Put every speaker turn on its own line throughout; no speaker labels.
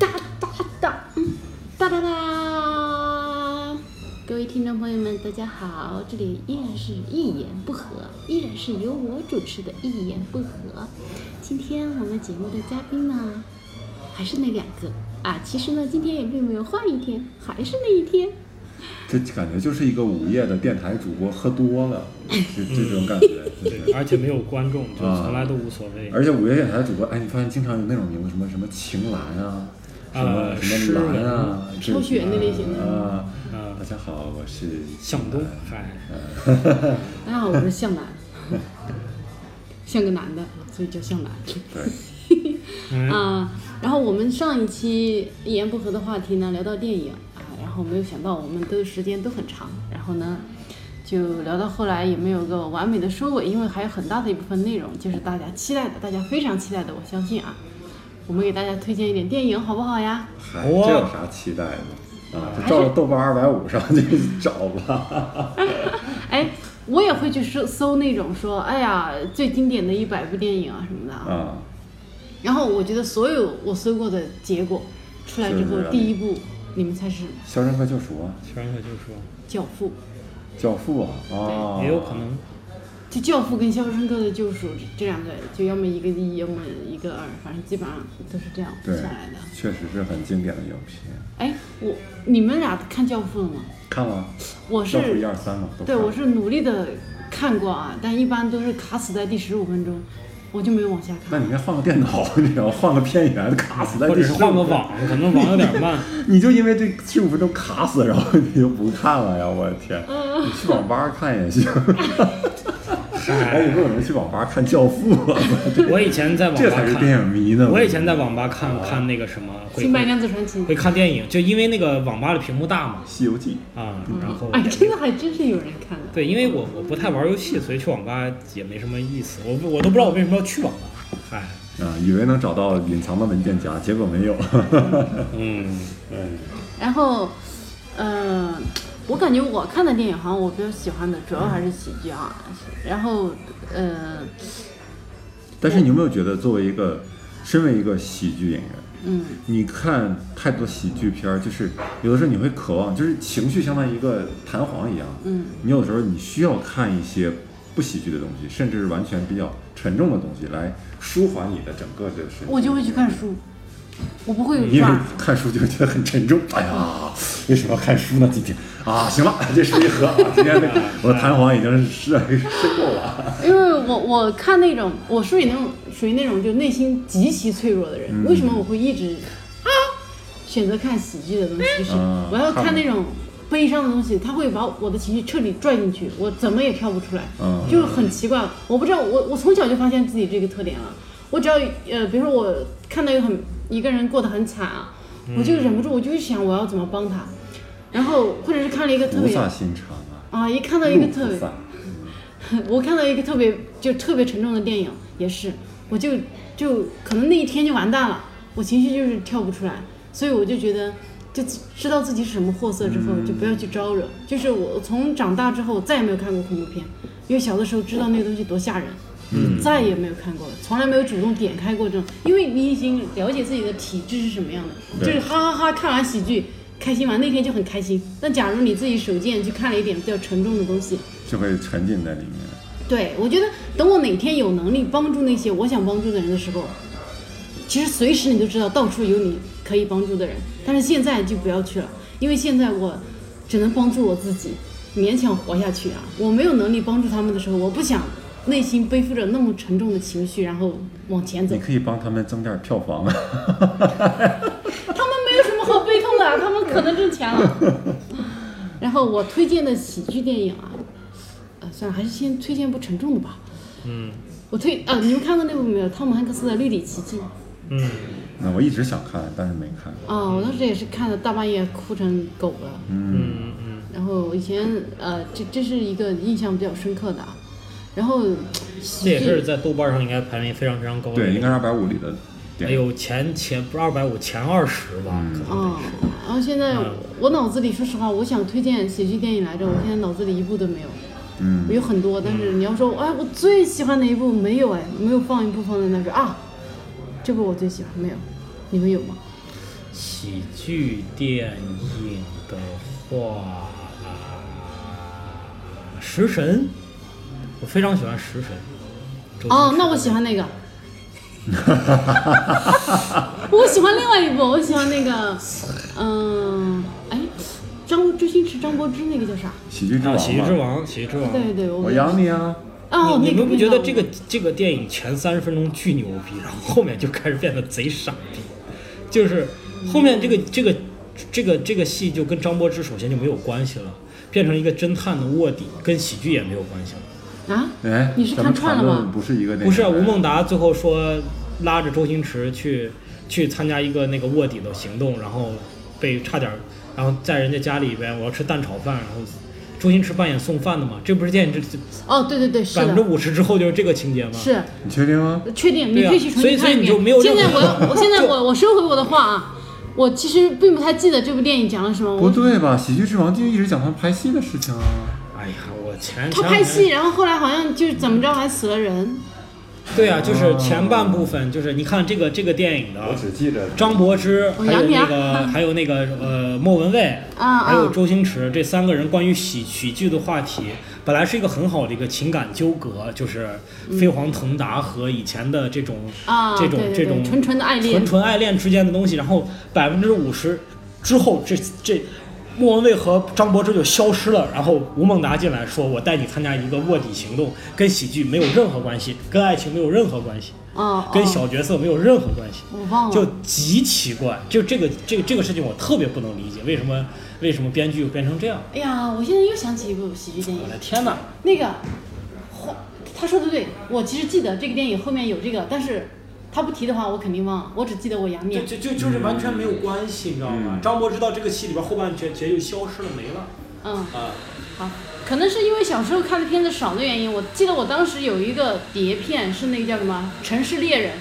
到，嗯，哒哒哒！各位听众朋友们，大家好，这里依然是一言不合，依然是由我主持的《一言不合》。今天我们节目的嘉宾呢，还是那两个啊。其实呢，今天也并没有换一天，还是那一天。
这感觉就是一个午夜的电台主播喝多 了，这这种感觉，就是
对，而且没有观众，就
啊
从来都无所谓。
而且午夜电台主播，哎，你发现经常有那种名字，什么什么晴岚啊，什么
啊
什么兰啊，
诗
这
人超雪那类型的
啊。
啊
大家好，我是
向东，嗨，
大家好，我是向南，像个男的，所以叫向南。
对，
嗯，
啊、然后我们上一期一言不合的话题呢，聊到电影啊，然后没有想到我们都时间都很长，然后呢，就聊到后来也没有个完美的收尾，因为还有很大的一部分内容就是大家期待的，大家非常期待的，我相信啊，我们给大家推荐一点电影好不好呀？
嗨，
哇
这有啥期待的啊？就照着豆瓣二百五上去找吧。
哎，我也会去搜搜那种说，哎呀，最经典的一百部电影啊什么的啊。
啊，
然后我觉得所有我搜过的结果出来之后
是，
第一步你们猜是《
《肖申克救赎》啊，
全可就说，
教父》。
《教父》啊，哦，
也有可能
就《教父》跟《肖申克的救赎》这这两个，就要么一个一，要么一个二，反正基本上都是这样
对
下来的。，
确实是很经典的影片。
哎，我你们俩看《教父》了吗？
看了，
我
教父一
是
二三嘛，都
对
看了
我是努力的看过啊，但一般都是卡死在第十五分钟，我就没有往下
那
看
你。应该换个电脑，你知道，换个片源，卡死在
或
第
者是
十
换个网，可能网有点慢。
你就因为这十五分钟卡死，然后你就不看了呀？我的天，你去网吧看也行。哎，你
嗨，
说我能去网吧看《教父》啊？
我以前在网
这
吧
才
看，
是电影迷呢。
我以前在网吧看看那个什么，
《
会
新白娘子传奇》
会看电影，就因为那个网吧的屏幕大嘛，
《西游记
啊，然后
哎，真的还真是有人看的。
对，因为我我不太玩游戏，所以去网吧也没什么意思。我我都不知道我为什么要去网吧。嗨，》
啊，以为能找到隐藏的文件夹，结果没有。
嗯，
然后，呃，我感觉我看的电影好像我比较喜欢的主要还是喜剧啊，然后呃，
但是你有没有觉得，作为一个，身为一个喜剧演员，
嗯。
你看太多喜剧片儿，就是有的时候你会渴望，就是情绪相当于一个弹簧一样。
嗯，
你有的时候你需要看一些不喜剧的东西，甚至是完全比较沉重的东西来舒缓你的整个的身体。
我就会去看。书，我不会有
因为
抓。
看书就觉得很沉重，哎呀，为什么要看书呢？今天啊，行了， 这书一喝，啊今天这个我的弹簧已经是深够了。
因为我我看那种，我属于那种属于那种就内心极其脆弱的人。为什么我会一直啊选择看喜剧的东西？就是
啊
我要
看
看那种悲伤的东西，它会把我的情绪彻底拽进去，我怎么也跳不出来，
嗯
就是很奇怪。我不知道，我我从小就发现自己这个特点了。我只要呃，比如说我看到一个很一个人过得很惨啊，我就忍不住，我就想我要怎么帮他，然后或者是看了一个特
菩
别
萨心肠啊，
啊，一看到一个特
菩
别
萨。
我看到一个特别就特别沉重的电影，也是，我就就可能那一天就完蛋了，我情绪就是跳不出来，所以我就觉得，就自知道自己是什么货色之后，就不要去招惹。就是我从长大之后再也没有看过恐怖片，因为小的时候知道那个东西多吓人，嗯，再也没有看过了，从来没有主动点开过这种，因为你已经了解自己的体质是什么样的，就
对
是哈哈哈看完喜剧。开心完那天就很开心。那假如你自己手贱去看了一点比较沉重的东西，
就会沉浸在里面。
对，我觉得等我哪天有能力帮助那些我想帮助的人的时候，其实随时你都知道到处有你可以帮助的人，但是现在就不要去了，因为现在我只能帮助我自己，勉强活下去啊。我没有能力帮助他们的时候，我不想内心背负着那么沉重的情绪，然后往前走
你。可以帮他们增点票房 啊。
他们没有什么好悲痛的，啊他们可能挣钱了。 然后我推荐的喜剧电影啊，呃，算了，还是先推荐部沉重的吧。
嗯
我推啊，你们看过那部没有？汤姆汉克斯的《绿里奇迹》
嗯，
那我一直想看，但是没看。
哦
啊，我当时也是看的大半夜哭成狗了。
嗯嗯
然后以前呃，这这是一个印象比较深刻的啊。然后
这也是在豆瓣上应该排名非常非常高的。
对，应该是二百五里的
哎
电影。
呦，前前不是二百五，前二十吧，可能
啊，然后现在
嗯
我脑子里说实话，我想推荐喜剧电影来着，我现在脑子里一部都没有。
嗯，
有很多，但是你要说，哎，我最喜欢哪一部没有？哎，啊没有放一部放在那边啊，这部我最喜欢没有，你们有吗？
得
喜剧电影的话，《食神》，我非常喜欢《食神》。周星
哦，
驰
那我喜欢那个。我喜欢另外一部，我喜欢那个，嗯、哎，张周星驰、张柏芝那个叫啥？
喜剧之
啊，
王
《
嘛，
喜剧之王》，《喜剧之王》
对对，我
我养你啊，
哦，
你你
那个
们不觉
那
得这个这个电影前三十分钟巨牛逼，然后后面就开始变得贼傻逼，就是后面这个这个这个这个戏就跟张柏芝首先就没有关系了，变成一个侦探的卧底，跟喜剧也没有关系了。
啊？
哎，
你是
咱
看
们
串
谈
了
论
吗？
不是一个那个，
不是、啊、吴孟达最后说拉着周星驰去去参加一个那个卧底的行动，然后被差点，然后在人家家里边我要吃蛋炒饭，然后周星驰扮演送饭的嘛，这不是电影这
哦，对对对，是
百分之
的，
五十之后就是这个情节吗？
是
你确定吗？
确定，你
对啊
可以去重
所以
新看
所以
一
你
遍。
就没有
现
任
在
何
我我现在我我收回我的话啊，我其实并不太记得这部电影讲了什么。
不
我
对吧？喜剧之王就一直讲他拍戏的事情啊。
哎呀，我前
他
前
拍
两
戏，
天
然后后来好像就是怎么着还死了人。
对啊，就是前半部分，就是你看这个这个电影的
记着
张柏芝，
我
还有
养你
那
啊
个还有那个呃莫文蔚，
啊
还有
啊
周星驰这三个人关于喜喜剧的话题，本来是一个很好的一个情感纠葛，就是飞黄腾达和以前的这种
嗯啊，
这
对
种
对
这
对，
种
纯纯的爱恋
纯，纯爱恋之间的东西，然后百分之五十之后，这这莫文蔚和张柏芝就消失了，然后吴孟达进来说：“我带你参加一个卧底行动，跟喜剧没有任何关系，跟爱情没有任何关系，
哦，
跟
哦
小角色没有任何关系。”
我忘
就
了，
极奇怪，就这个这个这个事情我特别不能理解，为什么为什么编剧变成这样？
哎呀，我现在又想起一部喜剧电影
我，的天哪！
那个，后他说的对，我其实记得这个电影后面有这个，但是他不提的话，我肯定忘了，我只记得我养你
就。就就就是完全没有关系，你知道吗？张柏芝到这个戏里边后半截截就消失了，没了
嗯，
啊！
好，可能是因为小时候看的片子少的原因，我记得我当时有一个碟片是那个叫什么《城市猎人》，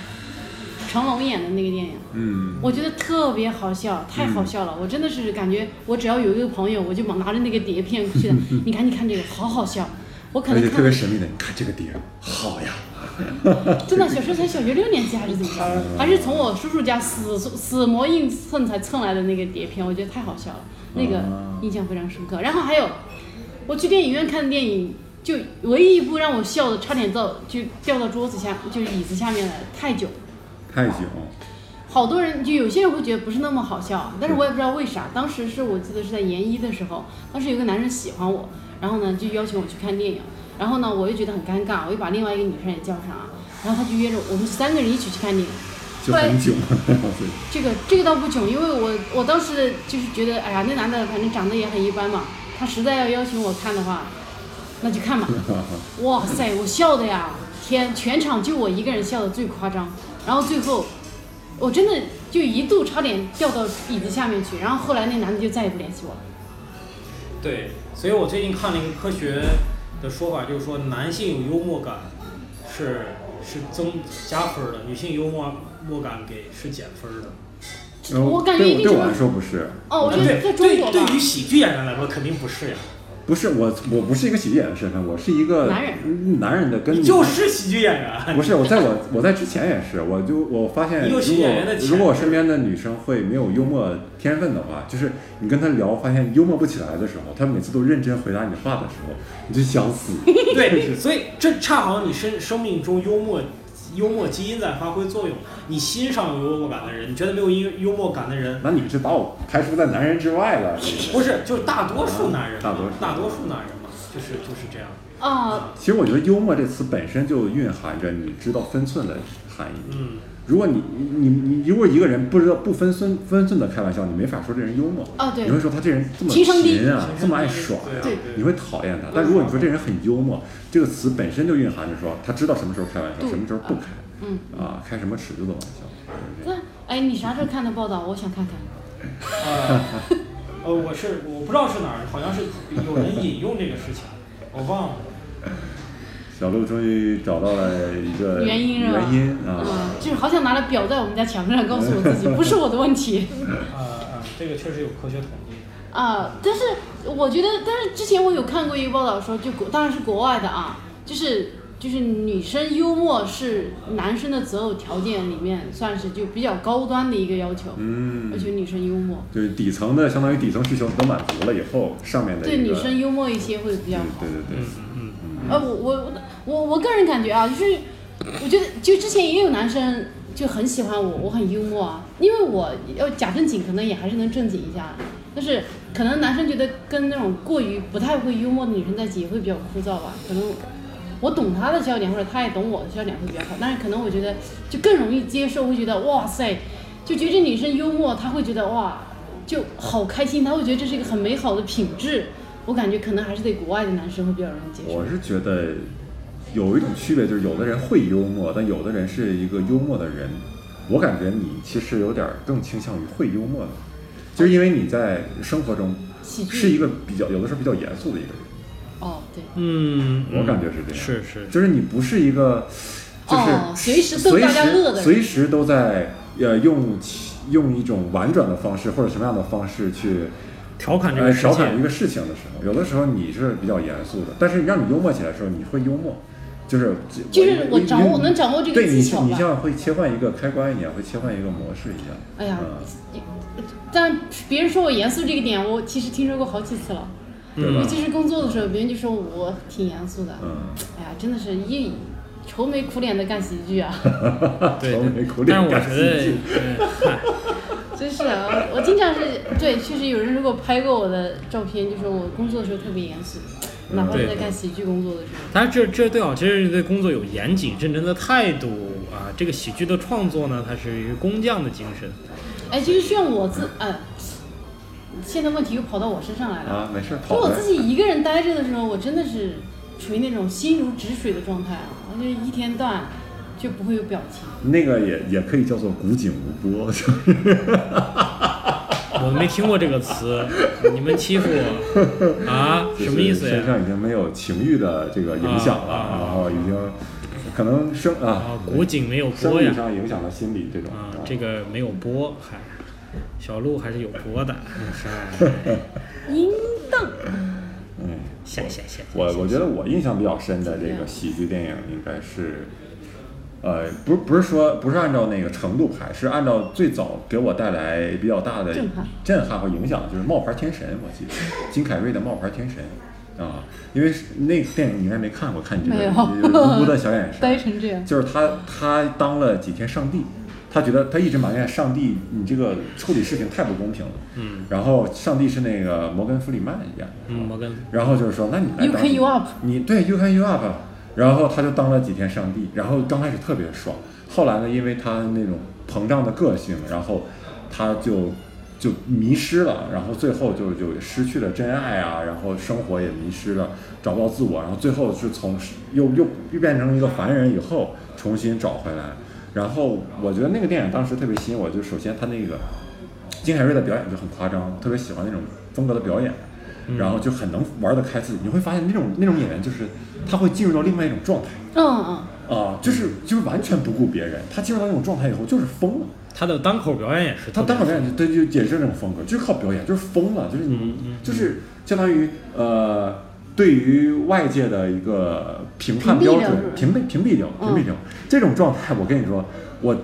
成龙演的那个电影。
嗯，
我觉得特别好笑，太好笑了！我真的是感觉，我只要有一个朋友，我就拿着那个碟片 去的。你看，你看这个，好好笑。我可
而
能
且
看
特别神秘的，你看这个碟儿好呀，
真的，小时候才小学六年级还是怎么着，还是从我叔叔家死死磨硬蹭才蹭来的那个碟片，我觉得太好笑了，那个印象非常深刻。然后还有，我去电影院看电影，就唯一一部让我笑的差点到就掉到桌子下，就椅子下面来，太久。
太久，
好多人就有些人会觉得不是那么好笑，但是我也不知道为啥。当时是我记得是在研一的时候，当时有个男生喜欢我，然后呢就邀请我去看电影，然后呢我又觉得很尴尬，我又把另外一个女生也叫上啊，然后他就约着我们三个人一起去看电影。
就
后来
很久。
这个这个倒不囧，因为我我当时就是觉得，哎呀，那男的反正长得也很一般嘛，他实在要邀请我看的话，那就看吧。哇塞，我笑的呀，天，全场就我一个人笑的最夸张。然后最后，我真的就一度差点掉到椅子下面去。然后后来那男的就再也不联系我了。
对，所以我最近看了一个科学的说法，就是说男性有幽默感是是增加分儿的，女性幽默默感给是减分儿的。
然后
我感觉
呃对
一定
对
是
我来说不是，
哦，我觉
对
得
对，
在中国吧，
对于喜剧演员来说肯定不是呀，
不是我，我不是一个喜剧演员身份，我是一个
男
人，男人的跟
你
你
就是喜剧演员。啊
不是我，在我我在之前也是，我就我发现，
你有
如
喜剧
果
演员的潜
如果我
质
身边的女生会没有幽默天分的话，就是你跟她聊，发现幽默不起来的时候，她每次都认真回答你的话的时候，你就想死。
对，所以这恰好你生生命中幽默幽默基因在发挥作用。你欣赏有幽默感的人，你觉得没有幽幽默感的人，
那你是把我排除在男人之外了。
不是就是大多数男人
啊
嘛，
大多数
大多数男人嘛，就是就是这样。
啊、
其实我觉得幽默这词本身就蕴含着你知道分寸的含义。
嗯，
如果你你你你如果一个人不知道不分寸分寸的开玩笑，你没法说这人幽默。
啊对
你会说他这人这么
情商低
贫啊
情商，低
这么爱耍呀、
嗯对对
你会讨厌他。但如果你说这人很幽默，这个词本身就蕴含着说他知道什么时候开玩笑，
对
什么时候不开，
嗯
啊，开什么尺度的玩笑。就是这
那
样
哎，你啥时候看的报道？我想看看。
呃，呃，我是我不知道是哪儿，好像是有人引用这个事情，我忘了。
小鹿终于找到了一个
原因是吧？
呃原因啊。
嗯，就是好想拿来裱在我们家墙上，告诉我自己不是我的问题。
呃，呃这个确实有科学统计。
啊，但是我觉得，但是之前我有看过一个报道说，就国当然是国外的啊，就是就是女生幽默是男生的择偶条件里面算是就比较高端的一个要求，
嗯
要，求女生幽默，
就是底层的，相当于底层需求都满足了以后，上面的
对
一个
女生幽默一些会比较
嗯
好。
对对对，
嗯
呃，我我我我个人感觉啊，就是我觉得就之前也有男生就很喜欢我，我很幽默啊，因为我要假正经，可能也还是能正经一下，但是可能男生觉得跟那种过于不太会幽默的女生在一起也会比较枯燥吧，可能。我懂他的笑点，或者他也懂我的笑点会比较好，但是可能我觉得就更容易接受，会觉得哇塞，就觉得这女生幽默，他会觉得哇就好开心，他会觉得这是一个很美好的品质。我感觉可能还是对国外的男生会比较容易接受。
我是觉得有一种区别，就是有的人会幽默，但有的人是一个幽默的人。我感觉你其实有点儿更倾向于会幽默的，就是因为你在生活中
喜剧
是一个比较有的时候比较严肃的一个人，
哦，对，
嗯，
我感觉是这样。
是是，
就是你不是一个，就是
哦随时逗
随
大家乐的人
随时都在呃用其用一种婉转的方式或者什么样的方式去
调侃这
呃
个世
调侃一
界，
个事情的时候，有的时候你是比较严肃的，但是让你幽默起来的时候，你会幽默，就是
就是我掌握
你
能掌握这个
对你
技巧吧
你像会切换一个开关一样，会切换一个模式一样。
哎呀
嗯，
但别人说我严肃这个点，我其实听说过好几次了。
对吧
尤其是工作的时候，别人就说我挺严肃的。
嗯，
哎呀，真的是一愁眉苦脸的干喜 剧啊，
对
愁眉苦，脸
但是我觉
干喜
得
剧，
呃嗨，
真是啊！我经常是对，确实有人如果拍过我的照片，就说我工作的时候特别严肃，
嗯
哪怕是在干喜剧工作的时候。
但是这这对好，其实对工作有严谨认真的态度啊。这个喜剧的创作呢，它是一个工匠的精神。
哎，就是像我自哎，现在问题又跑到我身上来了。
啊，没事，
就
跑
我
呗
自。己一个人待着的时候，我真的是处于那种心如止水的状态啊，我就一天到晚就不会有表情。
那个也也可以叫做古井无波， 就是
我没听过这个词，你们欺负我 啊？什么意思
身
呀？
上已经没有情欲的这个影响了，
啊啊啊
然后已经可能生啊
啊，古井没有
生
波呀
理。 上影响了心理这种
啊
啊，
这个没有波，嗨，小鹿还是有波的，嗨，
淫荡，
嗯。
下下下。
我我觉得我印象比较深的这个喜剧电影应该是，呃，不是不是说不是按照那个程度排，是按照最早给我带来比较大的
震撼
震撼和影响，就是《冒牌天神》，我记得金凯瑞的《冒牌天神》啊，因为是那个电影你应该没看过，看你这
没有
个无辜的小眼 神，
呆成这样
就是他他当了几天上帝。他觉得他一直埋怨上帝，你这个处理事情太不公平了。嗯，然后上帝是那个摩根·弗里曼演的，
嗯，摩根，
然后就是说，那你来
You
当
can you up
你对 you can you up，然后他就当了几天上帝，然后刚开始特别爽，后来呢，因为他那种膨胀的个性，然后他就就迷失了，然后最后就就失去了真爱啊，然后生活也迷失了，找不到自我，然后最后是从又又又变成一个凡人以后重新找回来，然后我觉得那个电影当时特别吸引我，就首先他那个金凯瑞的表演就很夸张，特别喜欢那种风格的表演，然后就很能玩得开自己。你会发现那种那种演员就是他会进入到另外一种状态
嗯嗯，
啊、就是就是完全不顾别人，他进入到那种状态以后就是疯了。
他的单口表演也是特
他
别，
单口表演对就也是这种风格，就是靠表演，就是疯了，就是你、就是相当于呃，对于外界的一个评判
屏蔽
标
掉是
准
吧嗯
屏蔽屏蔽掉屏蔽掉、这种状态，我跟你说，我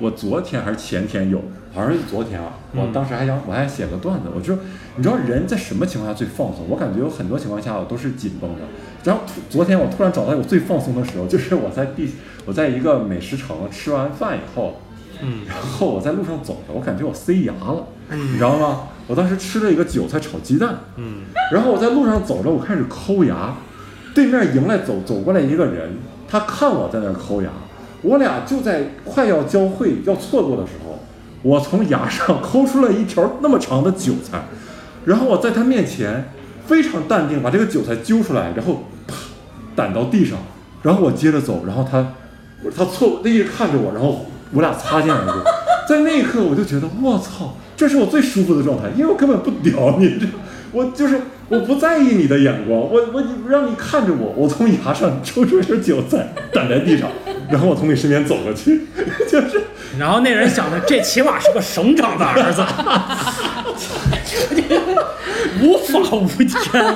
我昨天还是前天有，好像是昨天啊，
嗯
我当时还想我还写个段子，我就你知道人在什么情况下最放松？我感觉有很多情况下我都是紧绷的，然后突昨天我突然找到我最放松的时候，就是我在地我在一个美食城吃完饭以后。
嗯
然后我在路上走着，我感觉我塞牙了，
哎
你知道吗？我当时吃了一个韭菜炒鸡蛋，
嗯，
然后我在路上走着，我开始抠牙，对面迎来走走过来一个人，他看我在那儿抠牙，我俩就在快要交汇要错过的时候，我从牙上抠出了一条那么长的韭菜，然后我在他面前非常淡定把这个韭菜揪出来，然后啪掸到地上，然后我接着走，然后他他错他一直看着我，然后我俩擦肩而过，在那一刻我就觉得我操，这是我最舒服的状态，因为我根本不屌你，这我就是我不在意你的眼光，我我让你看着我，我从牙上抽出一根韭菜掸在地上，然后我从你身边走过去， 就是
然后那人想的，这起码是个省长的 儿子， 无法无天，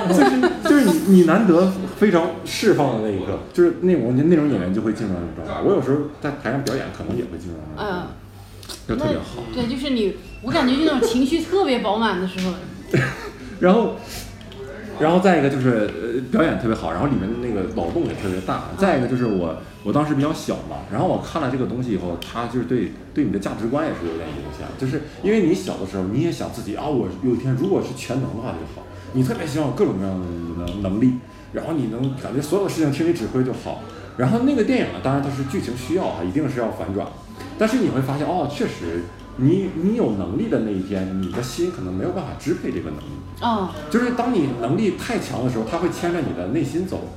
就是就是你你难得非常释放的那一刻，就是那种那种演员就会进入那种状态。我有时候在台上表演，可能也会进入那种状态，
呃，
就特
那
别好。
对，就是你，我感觉就那种情绪特别饱满的时候，
然后，然后再一个就是呃表演特别好，然后里面那个脑洞也特别大。再一个就是我我当时比较小嘛，然后我看了这个东西以后，它就是对对你的价值观也是有点影响，就是因为你小的时候你也想自己啊，我有一天如果是全能的话就好，你特别希望有各种各样的能能力，然后你能感觉所有的事情听你指挥就好。然后那个电影啊呢，当然它是剧情需要啊，一定是要反转，但是你会发现哦，确实。你你有能力的那一天，你的心可能没有办法支配这个能力，
哦，
就是当你能力太强的时候，他会牵着你的内心走，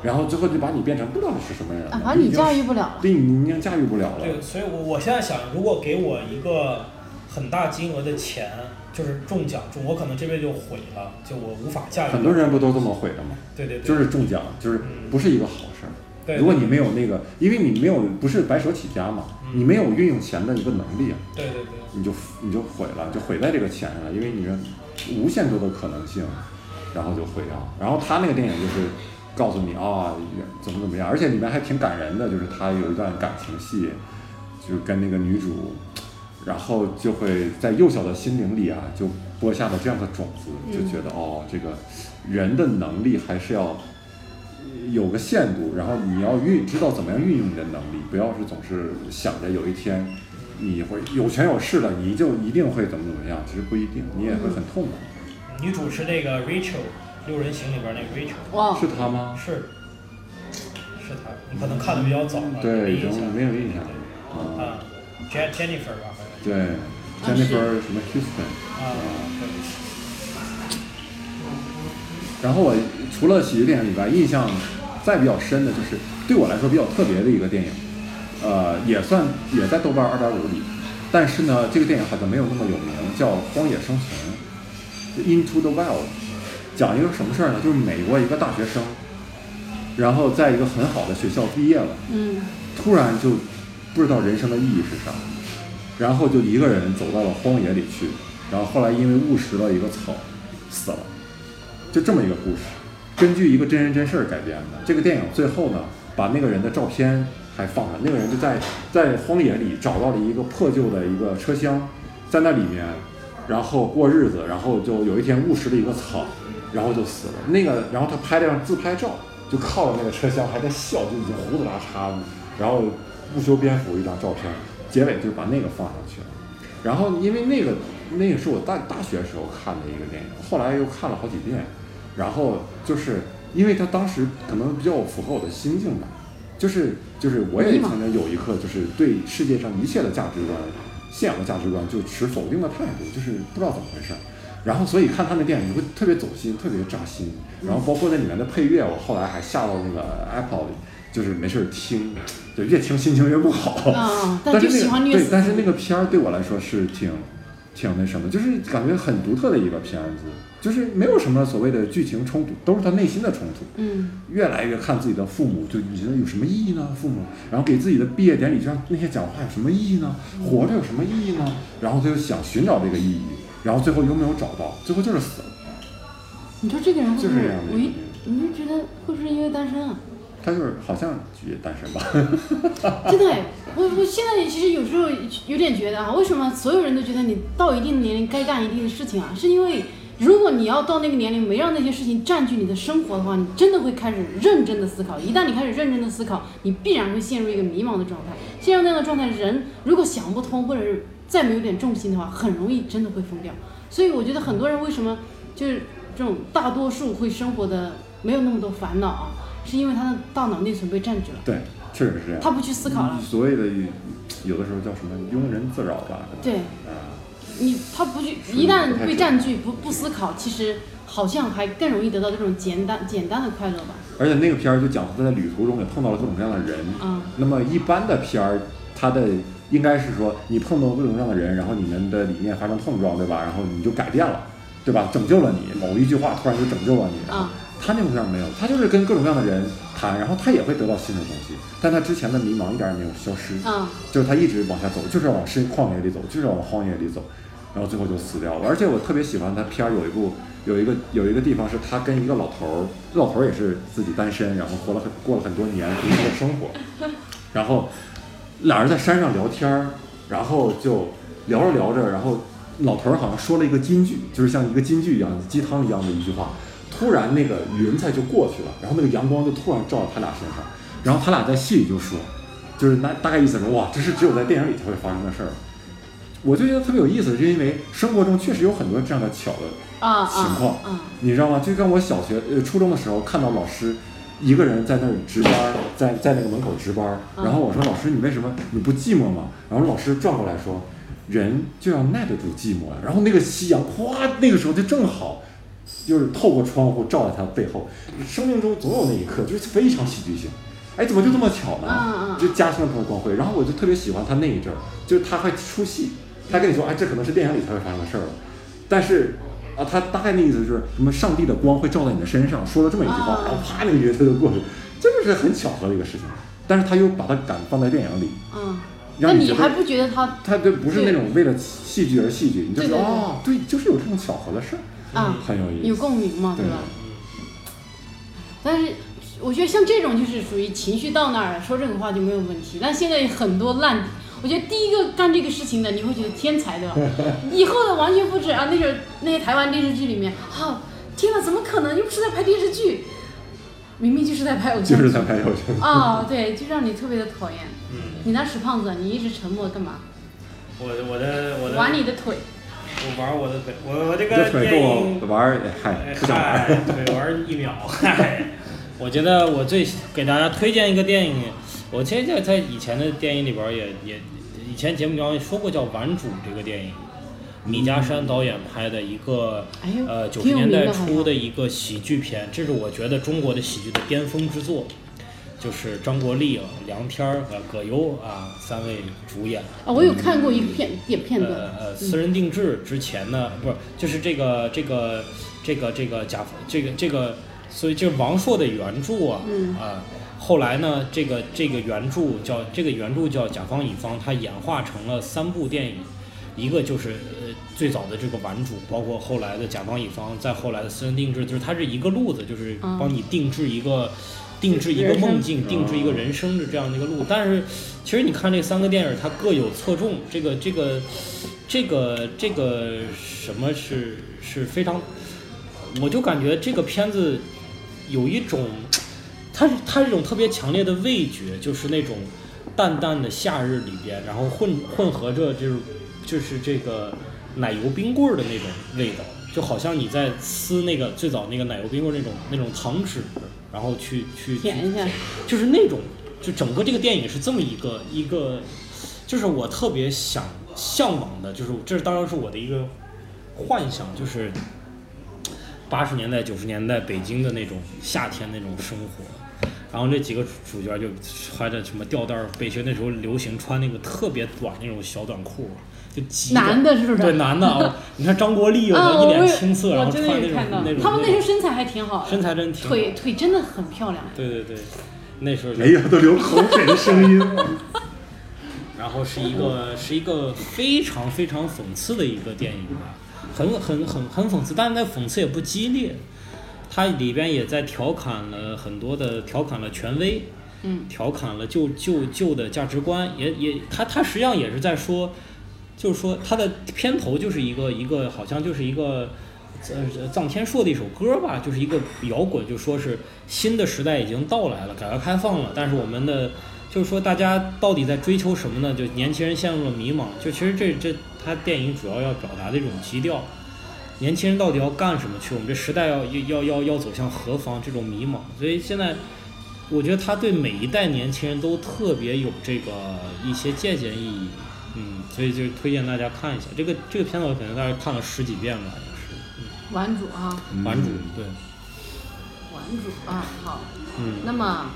然后最后就把你变成不知道你是什么人了
啊，反 正
已
你
经
驾驭不了了。
对你已经驾驭不了了。
对，所以我我现在想，如果给我一个很大金额的钱，就是中奖中，我可能这辈子就毁了，就我无法驾驭。
很多人不都这么毁的吗？
对对对，
就是中奖，就是
嗯
不是一个好事儿。
对
如果你没有那个，因为你没有不是白手起家嘛，
嗯
你没有运用钱的一个能力啊，
对对对，
你就你就毁了，就毁在这个钱上了，因为你的无限多的可能性，然后就毁掉。然后他那个电影就是告诉你啊、怎么怎么样，而且里面还挺感人的，就是他有一段感情戏，就是跟那个女主，然后就会在幼小的心灵里啊，就播下了这样的种子，就觉得、哦，这个人的能力还是要有个限度，然后你要运知道怎么样运用你的能力，不要是总是想着有一天你会有权有势了，你就一定会怎么怎么样，其实不一定，你也会很痛苦。
女主是那个 Rachel，《六人行》里边那个 Rachel，
哇，
是他吗？
是是她，你可能看的比较早吧，哦没
对，已
印
经
象。
没有印象了。
对
啊，
啊，Jen Jennifer 吧，好像是
对，Jennifer 什么 Houston。
啊，对，
然后我除了喜剧电影以外，印象再比较深的就是对我来说比较特别的一个电影，呃，也算也在豆瓣二点五里，但是呢，这个电影好像没有那么有名，叫《荒野生存》（Into the Wild），讲一个什么事儿呢？就是美国一个大学生，然后在一个很好的学校毕业了，
嗯，
突然就不知道人生的意义是啥，然后就一个人走到了荒野里去，然后后来因为误食了一个草，死了，就这么一个故事，根据一个真人真事儿改编的。这个电影最后呢，把那个人的照片还放了，那个人就在在荒野里找到了一个破旧的一个车厢，在那里面，然后过日子，然后就有一天误食了一个草，然后就死了。那个，然后他拍了张自拍照，就靠着那个车厢还在笑，就已经胡子拉碴了，然后不修边幅一张照片，结尾就把那个放上去了。然后因为那个那个是我大大学时候看的一个电影，后来又看了好几遍，然后就是因为他当时可能比较符合我的心境吧，就是就是我也
迷茫
曾经有一刻就是对世界上一切的价值观、信仰的价值观就持否定的态度，就是不知道怎么回事儿。然后所以看他那电影你会特别走心，特别扎心。然后包括那里面的配乐，我后来还下到那个 Apple 里，就是没事儿听，就越听心情越不好。
啊但
但是
就喜
那
欢
个
虐
对
死，
但是那个片儿对我来说是挺挺那什么，就是感觉很独特的一个片子，就是没有什么所谓的剧情冲突，都是他内心的冲突。
嗯，
越来越看自己的父母，就你觉得有什么意义呢？父母，然后给自己的毕业典礼上那些讲话有什么意义呢？活着有什么意义呢？然后他就想寻找这个意义，然后最后又没有找到，最后就是死了。
你说这个人会
就
不
是
会
这样的，
我
一
一
个
你就觉得会不会因为单身啊？
他就是好像也单身吧，
真的哎，我我现在其实有时候有点觉得啊，为什么所有人都觉得你到一定年龄该干一定的事情啊？是因为如果你要到那个年龄没让那些事情占据你的生活的话，你真的会开始认真的思考。一旦你开始认真的思考，你必然会陷入一个迷茫的状态。陷入那样的状态，人如果想不通，或者是再没有点重心的话，很容易真的会疯掉。所以我觉得很多人为什么就是这种大多数会生活的没有那么多烦恼啊，是因为他的大脑内存被占据了，
对，确实是这样。
他不去思考了。
所谓的有的时候叫什么庸人自扰吧，可能
对
啊，
你他不去，
是
一旦
不太
被
准
占据，不不思考，其实好像还更容易得到这种简单简单的快乐吧。
而且那个片儿就讲他在旅途中也碰到了各种各样的人，
嗯
那么一般的片儿，它的应该是说你碰到各种各样的人，然后你们的理念发生碰撞，对吧？然后你就改变了，对吧？拯救了你，某一句话突然就拯救了你。
啊
他那种片儿没有，他就是跟各种各样的人谈，然后他也会得到新的东西，但他之前的迷茫一点儿也没有消失。
啊
就是他一直往下走，就是要往深旷野里走，就是要往荒野里走。然后最后就死掉了。而且我特别喜欢他片儿有一部有一个有一个地方是他跟一个老头儿，这老头儿也是自己单身，然后活了很过了很多年独自的生活，然后俩人在山上聊天儿，然后就聊着聊着，然后老头儿好像说了一个金句，就是像一个金句一样鸡汤一样的一句话，突然那个云彩就过去了，然后那个阳光就突然照到他俩身上，然后他俩在戏里就说，就是那大概意思是哇，这是只有在电影里才会发生的事儿。我就觉得特别有意思，是因为生活中确实有很多这样的巧的
啊
情
啊
况
啊！
你知道吗？就跟我小学呃初中的时候看到老师一个人在那儿值班儿，在在那个门口值班儿，
嗯
然后我说老师你为什么你不寂寞吗？然后老师转过来说，人就要耐得住寂寞呀。然后那个夕阳哗，那个时候就正好。就是透过窗户照在他背后，生命中总有那一刻，就是非常喜剧性。哎，怎么就这么巧呢？
嗯嗯
就加深了他的光辉。然后我就特别喜欢他那一阵儿，就是他还出戏，他跟你说，哎，这可能是电影里才会发生的事儿了。但是啊，他大概那意思就是什么上帝的光会照在你的身上，说了这么一句话，
啊
然后啪那个角色就过去，这就是很巧合的一个事情。但是他又把它敢放在电影里，
嗯，那
让
你
觉
还
得
不觉得他
他就不是那种为了戏剧而戏剧，你就
对
觉得
对对
哦，对，就是有这种巧合的事儿，
啊
很有意
有
思。
共鸣嘛，对吧？但是我觉得像这种就是属于情绪到那儿了，说这种话就没有问题。但现在很多烂，我觉得第一个干这个事情的，你会觉得天才，对吧？ 以后的完全复制啊，那种那些台湾电视剧里面，啊，天哪，怎么可能？又不是在拍电视剧，明明就是在拍偶
就
像
是
剧
在拍《友情》。
啊、对，就让你特别的讨厌。
嗯，
你那死胖子，你一直沉默干嘛？
我我的我的
玩你的腿，
我玩我的腿，我我这
这
个
腿
电
够
影
我玩儿，嗨，
哎
不想玩儿。
嗨，腿玩一秒，嗨。我觉得我最给大家推荐一个电影，我其实在在以前的电影里边儿也也以前节目当中也说过叫《顽主》这个电影，米家山导演拍的一个、
哎呦
呃九十
挺有
年
名的
代
好
初
像啊
的一个喜剧片，这是我觉得中国的喜剧的巅峰之作，就是张国立、啊梁天儿、呃葛优啊三位主演。
啊，我有看过一个片一点片段嗯
呃，呃，私人定制之前呢，不是，就是这个这个这个这个甲方这个这个，所以这个王朔的原著啊，
嗯
啊、后来呢，这个这个原著叫这个原著叫甲方乙方，它演化成了三部电影，一个就是呃最早的这个顽主，包括后来的甲方乙方，再后来的私人定制，就是它是一个路子，就是
啊
帮你定制一个。定制一个
人生
梦境，定制一个人生的这样的一个路。但是，其实你看这三个电影，它各有侧重，这个这个这个这个什么是是非常，我就感觉这个片子有一种，它是它是一种特别强烈的味觉，就是那种淡淡的夏日里边，然后混混合着就是就是这个奶油冰棍儿的那种味道，就好像你在撕那个最早那个奶油冰棍儿那种那种糖纸，然后去去去
舔一下，
就是那种，就整个这个电影是这么一个一个，就是我特别想向往的，就是这当然是我的一个幻想，就是八十年代九十年代北京的那种夏天那种生活。然后这几个主角就穿着什么吊带儿背心，那时候流行穿那个特别短那种小短裤，就极短
男的是不是？
对男的啊，你看张国立有
啊，
的
我
一脸
也
青涩，然
我
后
真
穿
的
那种那
有看到
种
他们那
那
时候
种
身材还挺好的，
身材真挺好，
腿腿真的很漂亮。
对对对，那时候就
哎呀，都流口水的声 音。
然后是一个是一个非常非常讽刺的一个电影吧，很很很很讽刺，但是那讽刺也不激烈，它里边也在调侃了很多的调侃了权威，
嗯，
调侃了旧旧旧的价值观，也也它它实际上也是在说，就是说它的片头就是一个一个好像就是一个。呃，臧天朔的一首歌吧，就是一个摇滚，就说是新的时代已经到来了，改革开放了，但是我们的就是说大家到底在追求什么呢？就年轻人陷入了迷茫。就其实这这他电影主要要表达的一种基调，年轻人到底要干什么去？我们这时代要要要要走向何方？这种迷茫。所以现在我觉得他对每一代年轻人都特别有这个一些借鉴意义。嗯，所以就推荐大家看一下这个这个片子，我可能大概看了十几遍了，也
玩主啊，
是
嗯
《顽主》对，
玩主啊，好。
嗯，
那么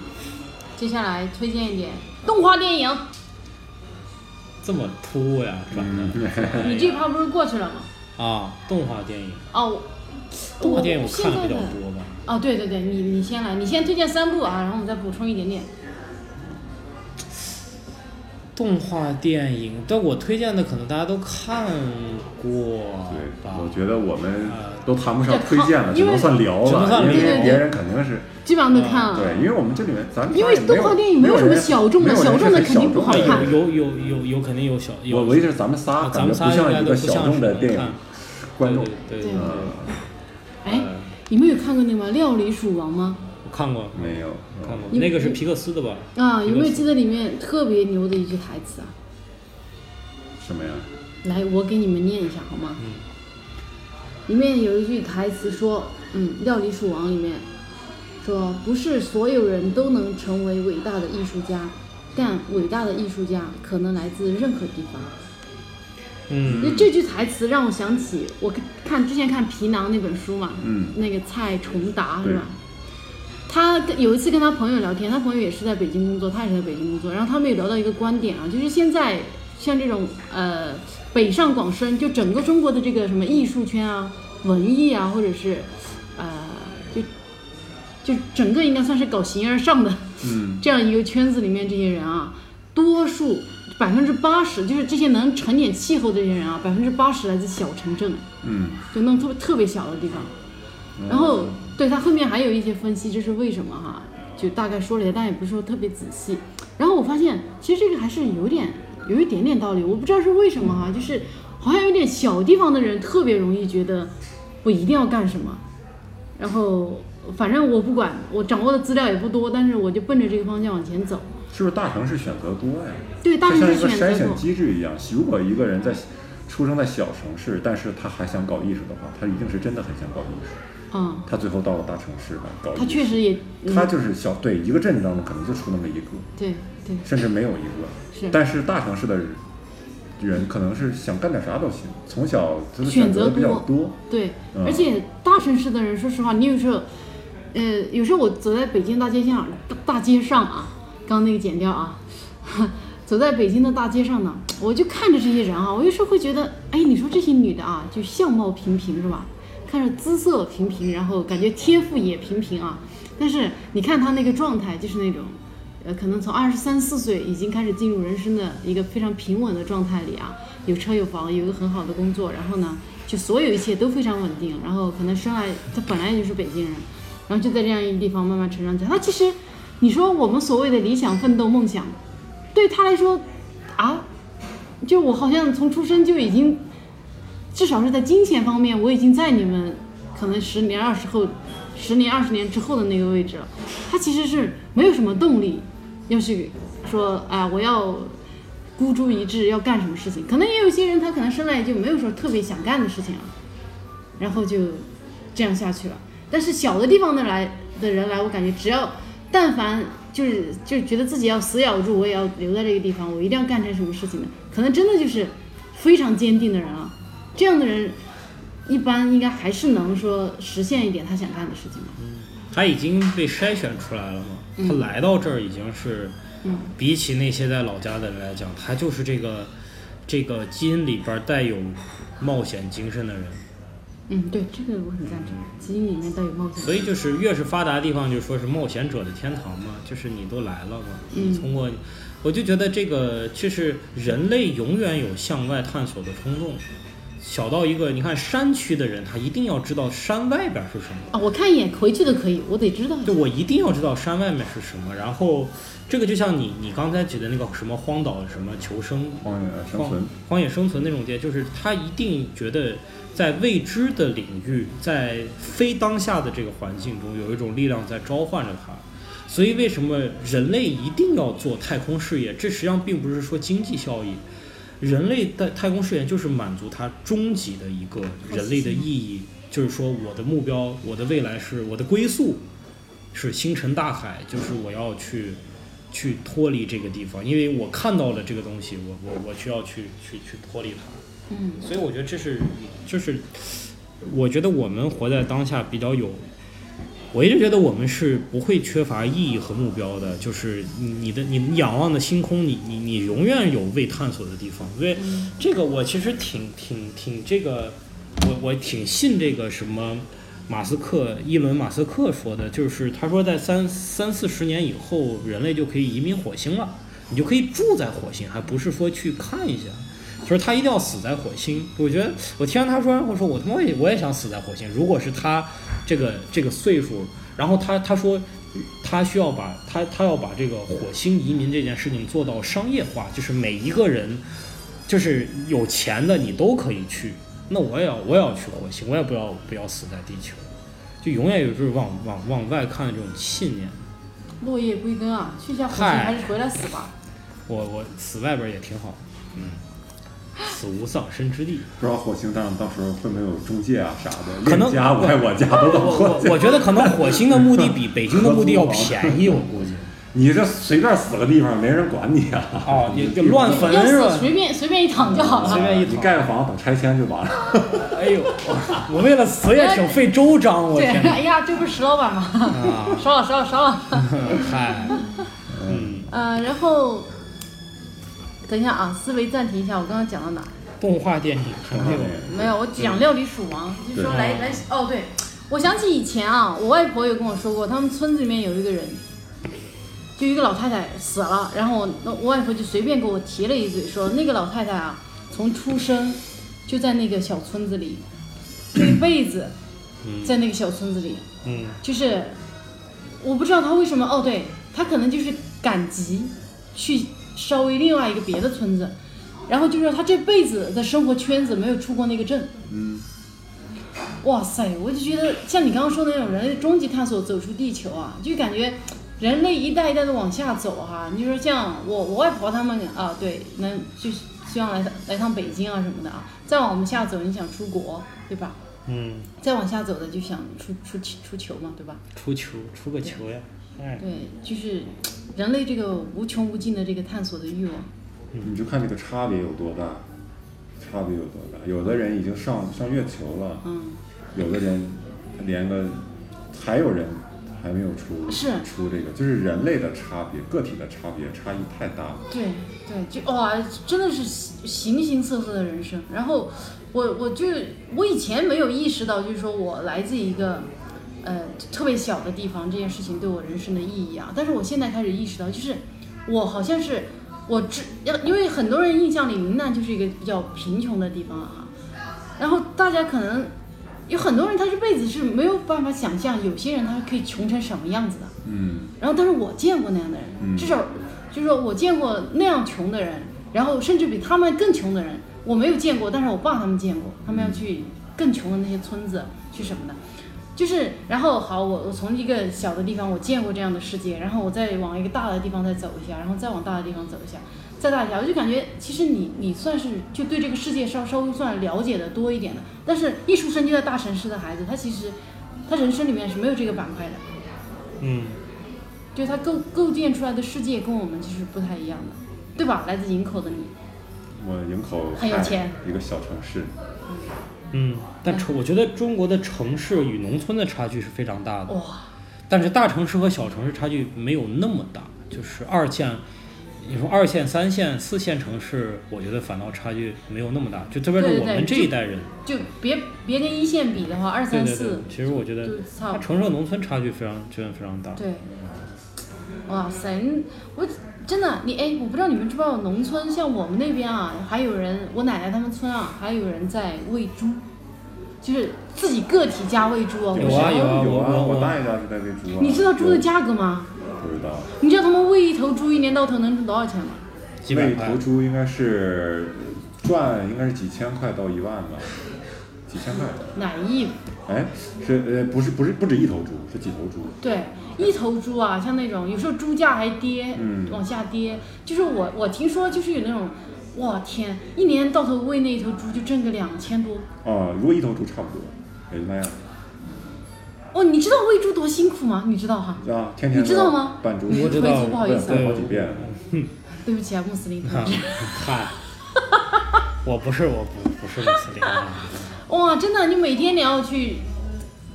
接下来推荐一点动画电影，
这么突兀哎呀，转
嗯
的、
你这趴不是过去了吗？
啊，动画电影，
哦，
动画电影我
现
看的
在
比较
的
多吧。
哦，对对对，你你先来，你先推荐三部啊，然后我们再补充一点点。
动画电影，但我推荐的可能大家都看过
对，
吧
我？觉得我们
呃
都谈不上
对
推荐了，
靠
只能
因为
算聊
只能
了，
算
因为
聊
别人肯定是
基本上
啊
都看了。
对，因为我们这里面咱们
因为
仨也没有
动画电影
没
没有什么
人
小众的
没有人
小众的
是
肯定不好
小众的
看
人
有有有有肯定有小有
我我意思是咱们仨
啊
感
咱
觉
们仨应
像
该
一个
都不
小
像
众
是
的
能
电影
看
观众。
对对
对
对，
嗯，
哎，你们有看过那个吗《料理鼠王》吗？
我看过
没有，嗯
看过，
你
那个是皮克斯的吧？
啊，
皮
有
克
没有
斯
记得里面特别牛的一句台词啊？
什么呀？
来，我给你们念一下好吗？
嗯
里面有一句台词说，嗯，《料理鼠王》里面说，不是所有人都能成为伟大的艺术家，但伟大的艺术家可能来自任何地方。
嗯，
那这句台词让我想起我看之前看《皮囊》那本书嘛，
嗯
那个蔡崇达
对
是吧？他跟有一次跟他朋友聊天，他朋友也是在北京工作，他也是在北京工作，然后他们有聊到一个观点啊，就是现在像这种呃北上广深，就整个中国的这个什么艺术圈啊、文艺啊，或者是呃就就整个应该算是搞形而上的，
嗯，
这样一个圈子里面，这些人啊，多数百分之八十就是这些能沉点气候的这些人啊，百分之八十来自小城镇，
嗯，
就那种特别特别小的地方。然后对他后面还有一些分析，这是为什么哈？就大概说了一下，但也不是说特别仔细。然后我发现，其实这个还是有点有一点点道理，我不知道是为什么哈，就是好像有点小地方的人特别容易觉得我一定要干什么，然后反正我不管，我掌握的资料也不多，但是我就奔着这个方向往前走。
是不是大城市选择多呀？
对，大
就
城
像一
市
个
选择
筛
多
选。机制一样，如果一个人在出生在小城市，但是他还想搞艺术的话，他一定是真的很想搞艺术。
嗯，
他最后到了大城市来搞艺术，
他确实也，嗯、
他就是小对一个镇子当中可能就出那么一个，
对对
甚至没有一个。
是
但是大城市的人可能是想干点啥都行，从小就是
选
择
择
的比较
多
多。
对、
嗯
而且大城市的人，说实话，你有时候，呃，有时候我走在北京大街上，大大街上啊，刚刚那个剪掉啊， 走在北京的大街上呢，我就看着这些人啊，我有时候会觉得，哎，你说这些女的啊，就相貌平平是吧？看着姿色平平，然后感觉天赋也平平啊，但是你看她那个状态，就是那种。呃，可能从二十三四岁已经开始进入人生的一个非常平稳的状态里啊，有车有房，有一个很好的工作，然后呢，就所有一切都非常稳定，然后可能生来他本来也就是北京人，然后就在这样一个地方慢慢成长起来。他其实，你说我们所谓的理想、奋斗、梦想，对他来说，啊，就我好像从出生就已经，至少是在金钱方面，我已经在你们可能十年、二十后、十年、二十年之后的那个位置了。他其实是没有什么动力，要去说，哎，我要孤注一掷要干什么事情。可能也有些人他可能生来就没有说特别想干的事情啊，然后就这样下去了。但是小的地方的来的人来，我感觉只要但凡就是就觉得自己要死咬住，我也要留在这个地方，我一定要干成什么事情的，可能真的就是非常坚定的人啊。这样的人一般应该还是能说实现一点他想干的事情吧。
他已经被筛选出来了嘛，他来到这儿已经是，
嗯
比起那些在老家的人来讲，他就是这个这个基因里边儿带有冒险精神的人，
嗯，对，这个我很赞成，基因里面带有冒险。
所以就是越是发达的地方，就说是冒险者的天堂嘛，就是你都来了嘛，
嗯
通过，我就觉得这个就是人类永远有向外探索的冲动，小到一个你看山区的人，他一定要知道山外边儿是什么。
啊，我看一眼回去的可以，我得 知道一下
对，我一定要知道山外面是什么。然后，这个就像你你刚才举的那个什么荒岛什么求生、
荒野呃生
荒
存，
荒野生存那种地，就是他一定觉得在未知的领域，在非当下的这个环境中，有一种力量在召唤着他。所以，为什么人类一定要做太空事业？这实际上并不是说经济效益，人类的太空事业就是满足他终极的一个人类的意义，就是说我的目标，我的未来是我的归宿是星辰大海，就是我要去去脱离这个地方，因为我看到了这个东西，我我我需要去去去脱离它，
嗯，
所以我觉得这是就是我觉得我们活在当下比较有。我一直觉得我们是不会缺乏意义和目标的，就是你你的你仰望的星空，你你你永远有未探索的地方。因为这个我其实挺挺挺这个，我我挺信这个什么马斯克伊伦马斯克说的，就是他说在三三四十年以后，人类就可以移民火星了。你就可以住在火星，还不是说去看一下。就是他一定要死在火星，我觉得我听完他说，我说我他妈也我也想死在火星。如果是他这个这个岁数，然后他他说他需要把他他要把这个火星移民这件事情做到商业化，就是每一个人就是有钱的你都可以去。那我也要我也要去火星，我也不要不要死在地球，就永远有就是往往往外看的这种信念。
落叶归根啊，去一下火星
嗨
还是回来 死吧。
我我死外边也挺好，嗯，死无葬身之地。
不知道火星当到时候会不会有中介啊啥的，
可能
链家我爱我家都到
我
火
我
星。
我觉得可能火星的墓地比北京的墓地要便宜，我估计。
你这随便死个地方，没人管你啊！
哦，也就乱坟
要
是
死
吧？
随便随便一躺就好
随
了。
便一躺
你盖个房等拆迁就完 了。
哎呦，我我为了死也挺费周章，我
对，
天哪！
哎呀，这不是石老 板吗？
啊，
烧了烧了烧了。
嗨，嗯，
呃，然后等一下啊，思维暂停一下，我刚刚讲到哪？
动画电影没有
没有，我讲料理鼠王，就说来来嗯哦，对，我想起以前啊，我外婆有跟我说过，他们村子里面有一个人，就一个老太太死了，然后我那我外婆就随便给我提了一嘴说，那个老太太啊，从出生就在那个小村子里，一辈子在那个小村子里，
嗯
就是我不知道他为什么哦，对他可能就是赶集去稍微另外一个别的村子，然后就说他这辈子的生活圈子没有出过那个镇。
嗯，
哇塞，我就觉得像你刚刚说的那种人类终极探索走出地球啊，就感觉人类一代一代的往下走哈、你说像我我外婆他们啊，对，能就是希望来趟来趟北京啊什么的啊，再往我们下走，你想出国对吧？
嗯，
再往下走的就想出出出球嘛，对吧？
出球出个球呀，哎，
对，就是人类这个无穷无尽的这个探索的欲望。
你就看这个差别有多大，差别有多大。有的人已经上上月球了，
嗯，
有的人连个，还有人还没有出
是
出这个，就是人类的差别，个体的差别差异太大了。
对对，就哇，真的是形形色色的人生。然后我我就我以前没有意识到，就是说我来自一个呃特别小的地方，这件事情对我人生的意义啊。但是我现在开始意识到，就是我好像是我知要，因为很多人印象里云南就是一个比较贫穷的地方啊。然后大家可能有很多人，他这辈子是没有办法想象，有些人他是可以穷成什么样子的。
嗯，
然后，但是我见过那样的人，
嗯
至少就是说我见过那样穷的人，然后甚至比他们更穷的人，我没有见过，但是我爸他们见过，他们要去更穷的那些村子去什么的，就是然后好，我我从一个小的地方我见过这样的世界，然后我再往一个大的地方再走一下，然后再往大的地方走一下，再大一下，我就感觉其实你你算是就对这个世界稍稍微算了解的多一点的，但是一出生就在大城市的孩子，他其实他人生里面是没有这个板块的。
嗯，
就它构构建出来的世界跟我们其实不太一样的，对吧？来自营口的你，
我营口
很有
嗨
钱
一个小城市，
嗯，但城我觉得中国的城市与农村的差距是非常大的，
哇，
但是大城市和小城市差距没有那么大，就是二线，你说二线、三线、四线城市，我觉得反倒差距没有那么大，就特别
对
是
对
我们
对
这
就
一代人，
就别别跟一线比的话，二
对
三
对对
四，
其实我觉得
就差
它
不多。
城市和农村差距非常真的非常大，
对，哇塞，嗯我真的你哎，我不知道你们知不知道，农村像我们那边啊，还有人，我奶奶他们村啊，还有人在喂猪，就是自己个体家喂猪哦，不
有
是
啊有啊
有
我我
我大爷家是在喂猪啊。
你知道猪的价格吗？
不知道？
你知道他们喂一头猪一年到头能挣多少钱吗？
几百
喂
块
头，猪应该是赚应该是几千块到一万吧，几千块。
奶一
哎，是呃不是不是不止一头猪，是几头猪？
对，一头猪啊，像那种有时候猪价还跌，
嗯
往下跌。就是我我听说就是有那种，哇天，一年到头喂那一头猪就挣个两千多。
啊，如果一头猪差不多，也就那样。
哦，你知道喂猪多辛苦吗？你知道哈？
啊，天天
你知道吗？
扮猪，
我知
回
道
族不好意思啊
对
好几遍了
对不起啊，穆斯林同
啊
志。
嗨，我不是，我不不是穆斯林 啊，
哇，真的，你每天你要去，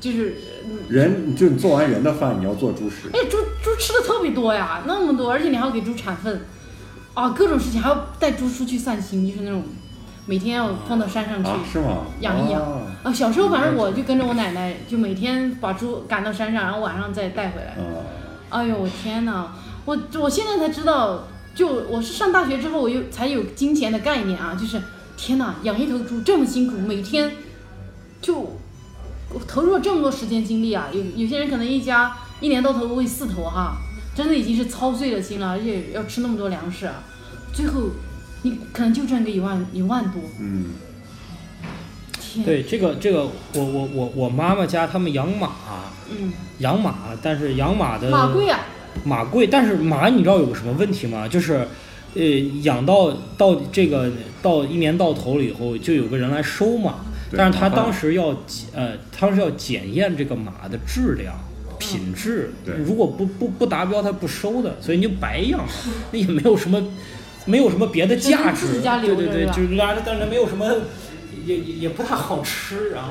就是，嗯
人就你做完人的饭，你要做猪食。
哎，猪猪吃的特别多呀，那么多，而且你还要给猪产粪，啊，各种事情，还要带猪出去散心，就是那种，每天要放到山上去。
啊，是吗？
嗯养一养
啊
啊，小时候反正我就跟着我奶奶，就每天把猪赶到山上，然后晚上再带回来。
啊，
哎呦，我天哪！我我现在才知道，就我是上大学之后，我又才有金钱的概念啊，就是天哪，养一头猪这么辛苦，每天就我投入了这么多时间精力啊，有有些人可能一家一年到头喂四头哈、真的已经是操碎了心了，而且要吃那么多粮食啊，最后你可能就赚个一万一万多，
嗯，
天，，
对这个这个，我我我我妈妈家他们养马，
嗯，
养马，但是养马的
马贵啊，
马贵，但是马你知道有个什么问题吗？就是，呃，养到到这个到一年到头了以后，就有个人来收马，
对
但是他
麻烦
当时要检呃，他是要检验这个马的质量。品质
嗯对，
如果不不不达标，他不收的，所以你就白养 了，那也没有什么，没有什么别的
只能
价值
自，己家
对
留着
对对，
是吧
就是拉着，但是没有什么，也也也不太好吃，然后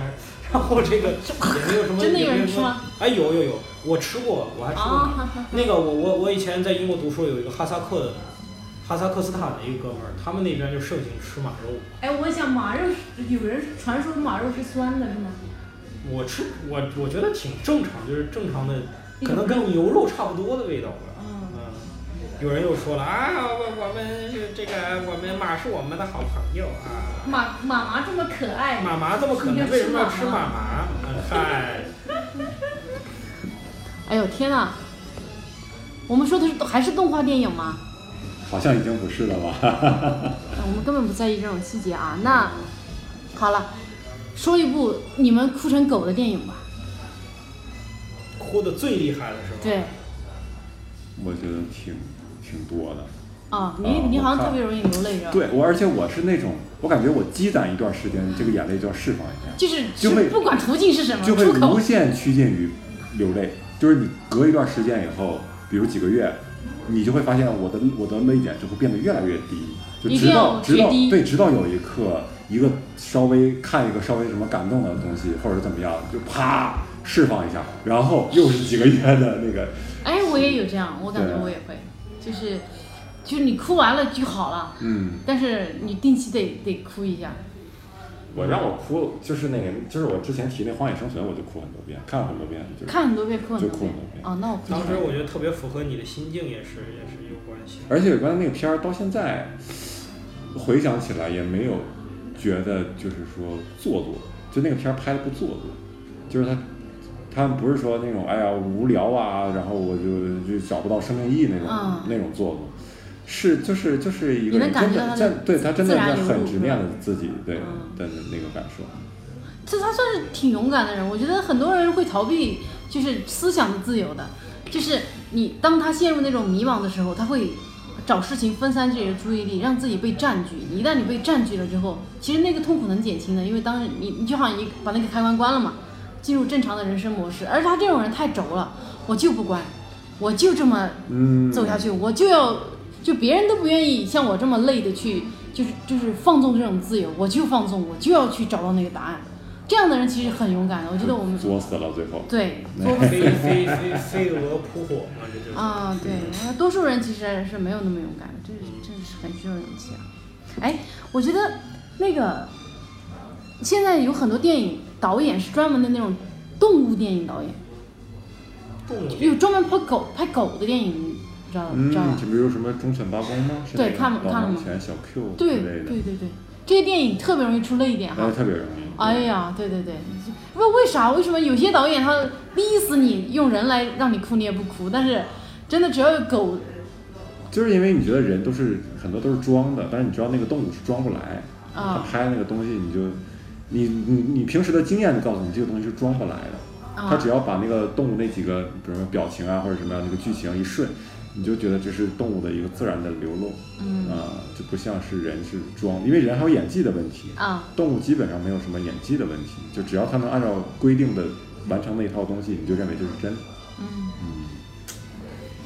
然后这个也没有什么，
真的有
也没
人
什
吃
么
吗？
哎，有有有，我吃过，我还吃过
啊
呢。那个我我我以前在英国读书，有一个哈萨克的，哈萨克斯坦的一个哥们儿，他们那边就盛行吃马肉。
哎，我想马肉是有人传说马肉是酸的，是吗？
我吃我我觉得挺正常，就是正常的，可能跟牛肉差不多的味道吧。
嗯，
嗯，有人又说了啊，我我们是这个我们马是我们的好朋友啊，
马马麻这么可爱，
马麻怎么可能？为什么要吃马麻？嗯嗨，
哎呦天哪！我们说的是还是动画电影吗？
好像已经不是了吧？
哎我们根本不在意这种细节啊。那好了，说一部你们哭成狗的电影吧。
哭的最厉害了是吧？
对，
我觉得挺挺多的。
啊，你
啊
你
我
好像
看
特别容易流泪是吧？
对我，而且我是那种，我感觉我积攒一段时间，这个眼泪就要释放一下，
就是
就会
不管途径是什么，
就会
出口
无限趋近于流泪。就是你隔一段时间以后，比如几个月，你就会发现我的我的泪点就会变得越来越低，就
一
直
定
到
要
直到
决堤
对，直到有一刻，一个稍微看一个稍微什么感动的东西，或者怎么样，就啪释放一下，然后又是几个月的那个，
哎，我也有这样，我感觉
对
我也会，就是就是你哭完了就好了，
嗯，
但是你定期得得哭一下。
我让我哭就是那个，就是我之前提那《荒野生存》，我就哭很多遍，看了很多遍，就是
看很多遍，哭很多
就哭
遍
很多。遍
哦，那我不
当
知
时
道。
我觉得特别符合你的心境，也是也是有关系。
而且有关那个片儿，到现在回想起来也没有觉得就是说做作，就那个片儿拍的不做作，就是他他不是说那种哎呀无聊啊，然后我就就找不到生命意义那种、
嗯
那种做作，是就是就是一个
你能
人
感
真
觉到
的
他
在
的
对他真的
自然
在
流
很
露
直
是
面的
吧
自己对
嗯
的那个感受，
这他算是挺勇敢的人。我觉得很多人会逃避，就是思想的自由的，就是你当他陷入那种迷茫的时候，他会找事情分散自己的注意力，让自己被占据。一旦你被占据了之后，其实那个痛苦能减轻的，因为当你你就好像你把那个开关关了嘛，进入正常的人生模式。而他这种人太轴了，我就不关，我就这么
嗯，
走下去，我就要就别人都不愿意像我这么累的去，就是就是放纵这种自由，我就放纵，我就要去找到那个答案。这样的人其实很勇敢的，我觉得我们
作死了最后，
对
飞飞飞飞蛾扑火嘛，这就是。
啊，对，呃多数人其实是没有那么勇敢的，这是
嗯
这是很需要勇气啊。哎，我觉得那个现在有很多电影导演是专门的那种动物电影导演，
动物
有专门拍狗拍狗的电影，你知道
嗯
知道吧，？
就比如什么忠犬八公吗？是
对
那个
看了
导
看了
盲
吗
犬小 Q 之
对
类的，嗯
对对对，这些电影特别容易出泪点哈
那。特别容易。
哎呀，对对对，为为啥？为什么有些导演他逼死你用人来让你哭，你也不哭？但是真的只要有狗，
就是因为你觉得人都是很多都是装的，但是你知道那个动物是装不来，他
啊
拍那个东西你就，你你你平时的经验就告诉你这个东西是装不来的，
啊
他只要把那个动物那几个，比如说表情啊或者什么样的一个剧情一顺，你就觉得这是动物的一个自然的流露，
嗯
啊，就不像是人是装，因为人还有演技的问题，
啊
动物基本上没有什么演技的问题，就只要它能按照规定的完成那一套东西，你就认为这是真的，
嗯。
嗯，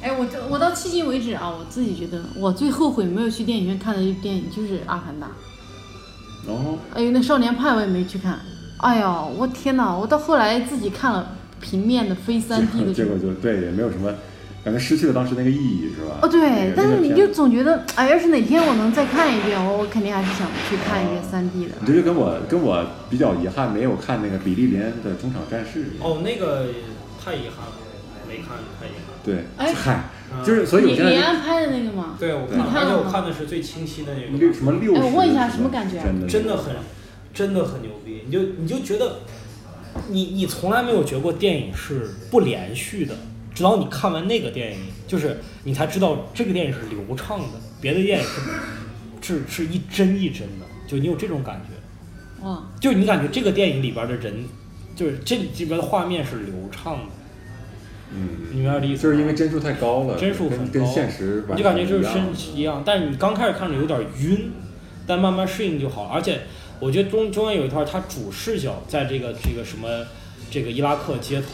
哎，我这我到迄今为止啊，我自己觉得我最后悔没有去电影院看的一部电影就是《阿凡达》。
然后
哎呦，那《少年派》我也没去看。哎呦，我天哪！我到后来自己看了平面的非三 D 的
结
这
果
种。
就对，也没有什么，感觉失去了当时那个意义，是吧？
哦，对，但是你就
就
总觉得，哎，要是哪天我能再看一遍，我我肯定还是想去看一遍三 D 的。
你这就跟我跟我比较遗憾没有看那个比利林恩的中场战事一样，
哦，那个太遗憾了。没看，看一眼。
对，
哎
嗨，就是所以我
你
现在
你
就
安拍的那个吗？
对，我
对
看了，而且
你看了
我
吗
看的是最清晰的那
六
个，
什么六十，
哎我问一下什么感觉啊
真的
真的很，真的很牛逼。你就你就觉得，你你从来没有觉得过电影是不连续的，直到你看完那个电影，就是你才知道这个电影是流畅的，别的电影是是是一帧一帧的，就你有这种感觉。
哇，
就是你感觉这个电影里边的人，就是这里边的画面是流畅的，
嗯，
你明白我的意思
就
吗？
是因为帧数太高了，
帧数很
跟
高
跟现实完全
你就感觉就
不
是
一样嗯
身体一样，但是你刚开始看着有点晕，但慢慢适应就好了。而且我觉得中中间有一段，他主视角在这个这个什么这个伊拉克街头，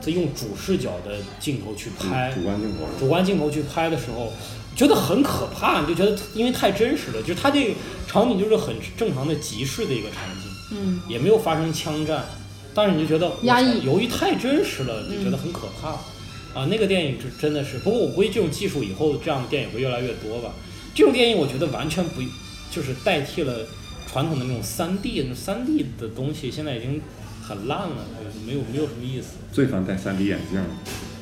他用主视角的镜头去拍
主主观镜头，
主观镜头去拍的时候，觉得很可怕，你就觉得因为太真实了，就是他这个场景就是很正常的集市的一个场景。
嗯，
也没有发生枪战，但是你就觉得
压抑
我操由于太真实了，就觉得很可怕。啊，那个电影就真的是，不过我估计这种技术以后这样的电影会越来越多吧。这种电影我觉得完全不就是代替了传统的那种三 D 那三 D 的东西，现在已经很烂了，就是没有没有什么意思。
最烦戴 3D 眼镜了，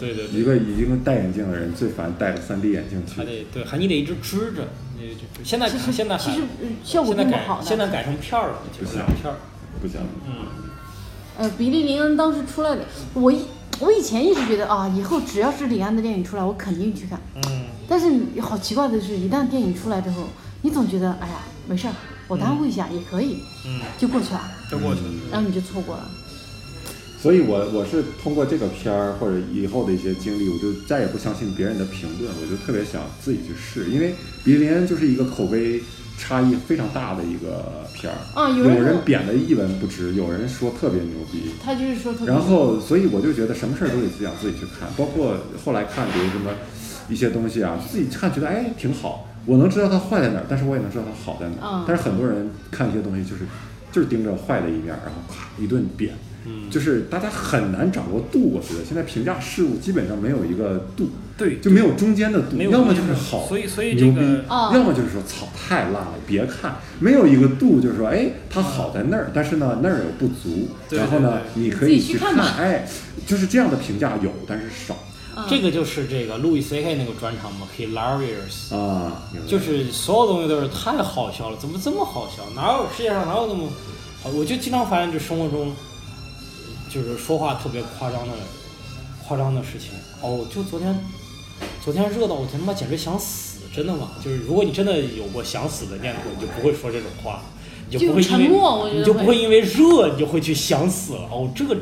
对对对，
一个已经戴眼镜的人最烦戴个 3D 眼镜去
还。得对，还你得一直支着，你就现在
其实
现在
其
还
实呃效果
现在
并不
改
好的。
现在改成片儿了，就是
不像
片儿，
不行，
嗯，
呃，比利林恩当时出来的，我以我以前一直觉得啊，以后只要是李安的电影出来，我肯定去看。
嗯，
但是你好奇怪的是，一旦电影出来之后，你总觉得哎呀没事儿，我耽误一下也可以，
嗯，
就过去了，
就过去了。
然后你就错过了。
所以我我是通过这个片儿或者以后的一些经历，我就再也不相信别人的评论，我就特别想自己去试，因为比利林恩就是一个口碑差异非常大的一个片儿。
啊，有
有
人
人
问
贬得一文不值，有人说特别牛逼，
他就是说特别
然后，所以我就觉得什么事儿都得自己想自己去看，包括后来看，比如什么一些东西啊，自己看觉得哎挺好，我能知道它坏在哪儿，但是我也能知道它好在哪儿。
嗯
但是很多人看一些东西就是就是盯着坏的一面儿，然后咔一顿贬，
嗯
就是大家很难掌握度。我觉得现在评价事物基本上没有一个度，
对
就没有中间的度，
没有
要么
中
就
间
是
的
好，
所以所以
牛
这个哦
逼，
啊
要么就是说操太烂了，别看，没有一个度，就是说哎它好在那儿，但是呢那儿有不足，
对
然后呢你可以
自己去
看
看吧，
哎，就是这样的评价有，但是少
这个就是这个路易 C K 那个专场嘛，Hilarious，
啊，明白
就是所有东西都是太好笑了，怎么这么好笑？哪有世界上哪有那么好？我就经常发现，就生活中，就是说话特别夸张的，夸张的事情。哦，就昨天，昨天热到我他妈简直想死，真的吗？就是如果你真的有过想死的念头，你就不会说这种话，你就不会
就沉
因为
默我觉得
你就
会
不会因为热你就会去想死了。哦，这个。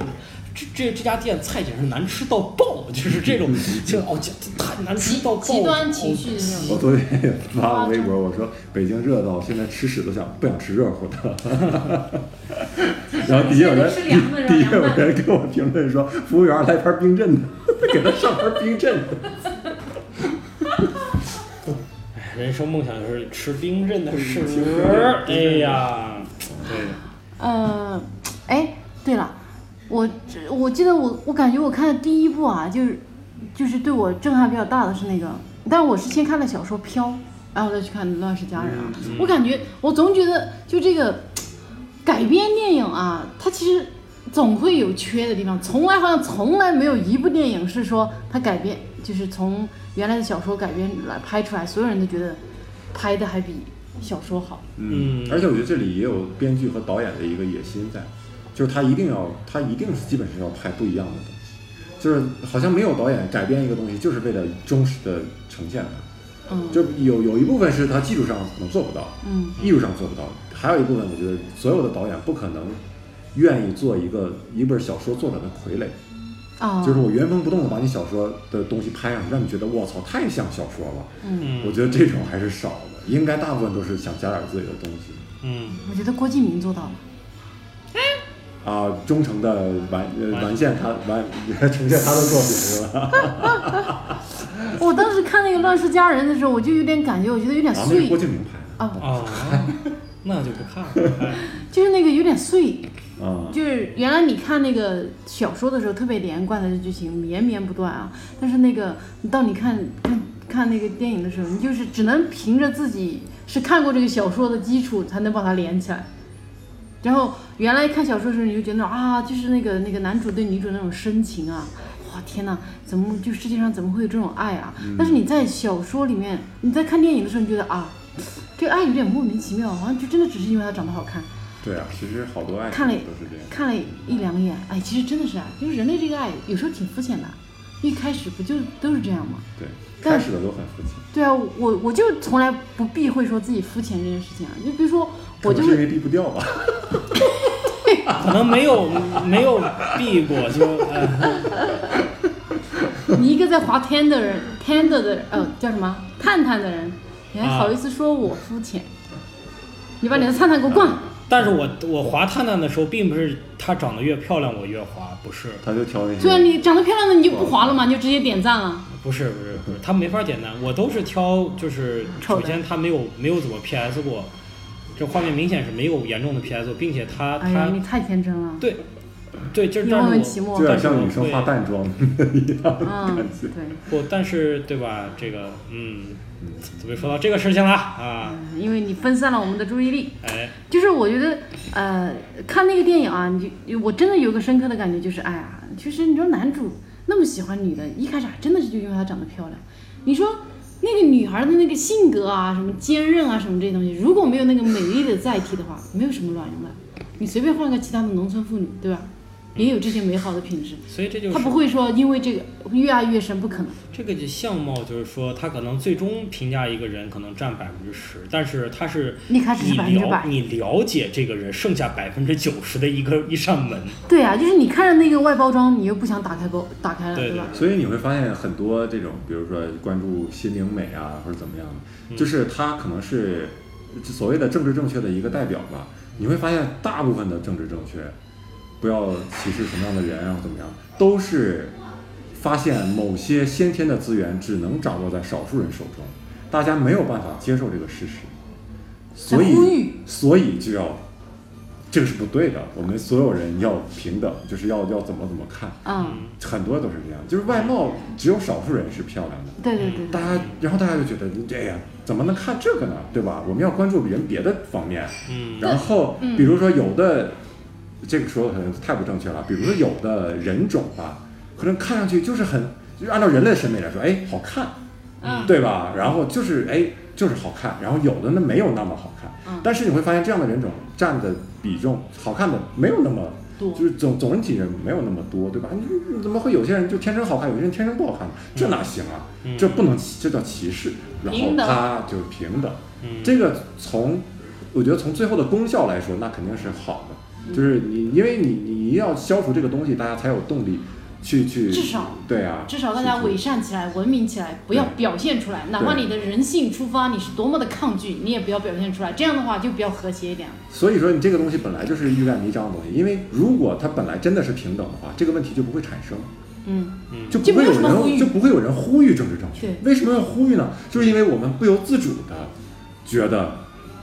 这这这家店菜简直难吃到爆，就是这种，就哦，这这太难吃到爆，
极端
哦
情绪的那
我
种。
昨天也发了微博，我说北京热到现在吃屎都想不想吃热乎的，然后底下有人
吃凉的
底下
然后
有
凉拌
人给我评论说，服务员来盘冰镇的， 给他上盘冰镇的。
人生梦想就是吃冰镇的屎
吃冰镇的，
哎呀，对，
呃，哎，对了，我我记得我我感觉我看的第一部啊，就是就是对我震撼比较大的是那个，但我是先看的小说《飘》，然后再去看《乱世佳人》啊。
嗯
我感觉我总觉得就这个改编电影啊，它其实总会有缺的地方，从来好像从来没有一部电影是说它改编就是从原来的小说改编来拍出来，所有人都觉得拍的还比小说好。
嗯
嗯，
而且我觉得这里也有编剧和导演的一个野心在，就是他一定要，他一定是基本上要拍不一样的东西，就是好像没有导演改编一个东西就是为了忠实的呈现它，
嗯
就有有一部分是他技术上可能做不到，
嗯，
艺术上做不到，还有一部分我觉得所有的导演不可能愿意做一个一本小说作者的傀儡，
啊，
就是我原封不动的把你小说的东西拍上去，让你觉得我操太像小说了，
嗯
我觉得这种还是少的，应该大部分都是想加点自己的东西。
嗯，
我觉得郭敬明做到了。
啊、忠诚的完呃
完
完现他完 呈现他的作品是吧？
我当时看那个《乱世佳人》的时候，我就有点感觉，我觉得有点
啊，那是
碎
郭，敬明拍的
啊， 那就不看了，
就是那个有点碎，
啊，
就是原来你看那个小说的时候特别连贯的剧情绵绵不断啊，但是那个到你看看看那个电影的时候，你就是只能凭着自己是看过这个小说的基础，才能把它连起来。然后原来看小说的时候，你就觉得啊，就是那个那个男主对女主那种深情啊，哇，哇天哪，怎么就世界上怎么会有这种爱啊？但是你在小说里面，你在看电影的时候，你觉得啊，这个爱有点莫名其妙，好像就真的只是因为他长得好看，
对啊，其实好多爱情
看了
都是这样。
看了一两眼，哎，其实真的是啊，就是人类这个爱有时候挺肤浅的，一开始不就都是这样吗？
对，
但
开始的都很肤浅，
对啊，我我就从来不避讳说自己肤浅这件事情啊，就比如说我
可
就
能是因
会
为低不掉吧。
可能没有没有避过，就呃，
你一个在滑 Tinder 的人，Tinder 的人，呃，叫什么探探的人，你还
啊
好意思说我肤浅？你把你的探探给我关
啊
了。
但是我我滑探探的时候，并不是她长得越漂亮我越滑，不是，
他就挑那
对啊，
些，
你长得漂亮的你就不滑了嘛，你就直接点赞了。
不是不是不是，她没法简单，我都是挑就是
丑
首
的
先她没有没有怎么 PS 过，这画面明显是没有严重的 PS，过并且她
哎呀，
她
你太天真了。
对对，就是
你
但
问问
是
齐
我
墨
就有。点像女生化淡妆一样的 感
嗯，
觉。
对，
不，但是对吧？这个嗯，怎么说到这个事情了啊？
嗯因为你分散了我们的注意力。
哎，
就是我觉得，呃，看那个电影啊，你就我真的有个深刻的感觉，就是哎呀，其实你说男主那么喜欢女的，一开始还真的是就因为她长得漂亮。你说那个女孩的那个性格啊，什么坚韧啊，什么这些东西，如果没有那个美丽的载体的话，没有什么卵用的。你随便换个其他的农村妇女，对吧？也有这些美好的品质，
所以这就是
她不会说因为这个越爱越深，不可能。
这个就相貌，就是说他可能最终评价一个人可能占百分之十，但是他是
一开始是
你了
100%
你了解这个人剩下百分之九十的一个一扇门，
对啊，就是你看着那个外包装，你又不想打开包打开了，
对
对吧？
所以你会发现很多这种，比如说关注心灵美啊，或者怎么样的，就是它可能是所谓的政治正确的一个代表吧。你会发现大部分的政治正确，不要歧视什么样的人啊，或怎么样，都是发现某些先天的资源只能掌握在少数人手中，大家没有办法接受这个事实，所
在呼吁
以所以就要这个是不对的。我们所有人要平等，就是要要怎么怎么看。
嗯，
很多都是这样，就是外貌只有少数人是漂亮的，
对对对对
大家，然后大家就觉得，哎呀，怎么能看这个呢？对吧？我们要关注人别的方面。
嗯，
然后，比如说有的，这个说的可能太不正确了。比如说有的人种吧，可能看上去就是很，就是按照人类的审美来说，哎，好看，
嗯
对吧？然后就是哎，就是好看。然后有的呢没有那么好看，
嗯
但是你会发现这样的人种占的比重，好看的没有那么
多
就是总总体人没有那么多，对吧？你你怎么会有些人就天生好看，有些人天生不好看呢？这哪行啊？这不能这叫歧视。然后
嗯平等
他就是平等，这个从我觉得从最后的功效来说，那肯定是好
嗯
的。就是你，因为你你一定要消除这个东西，大家才有动力去去。
至少
对啊，
至少大家
去
伪善起来、文明起来，不要
对
表现出来。哪怕你的人性出发，你是多么的抗拒，你也不要表现出来。这样的话就比较和谐一点。
所以说，你这个东西本来就是欲盖弥彰的东西，因为如果它本来真的是平等的话，这个问题就不会产生，
嗯，
就不会
就没有
有
什么呼吁
人就不会有人呼吁政治正确
对。
为什么要呼吁呢？就是因为我们不由自主的觉得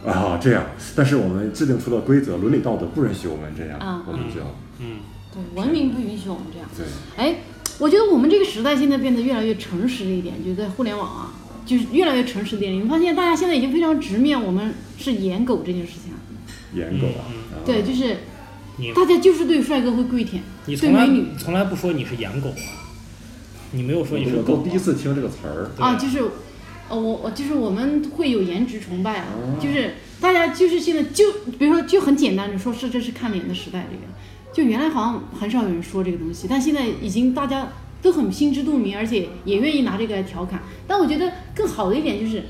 啊这样，但是我们制定出了规则，伦理道德不允许我们这样，
啊
我们就要
嗯，
对，文明不允许我们这样。
对
哎，我觉得我们这个时代现在变得越来越诚实一点，就在互联网啊，就是越来越诚实一点。你们发现大家现在已经非常直面我们是颜狗这件事情了。
严格啊。啊
对，就是
嗯你
大家就是对帅哥会跪舔，
你
对
从来
美女
从来不说你是颜狗啊，你没有说你是
我
狗
都
啊，
第一次听这个词儿，
对
啊，就是，呃，我我就是我们会有颜值崇拜啊，就是大家就是现在就比如说就很简单的说是这是看脸的时代这个，就原来好像很少有人说这个东西，但现在已经大家都很心知肚明，而且也愿意拿这个来调侃。但我觉得更好的一点就是。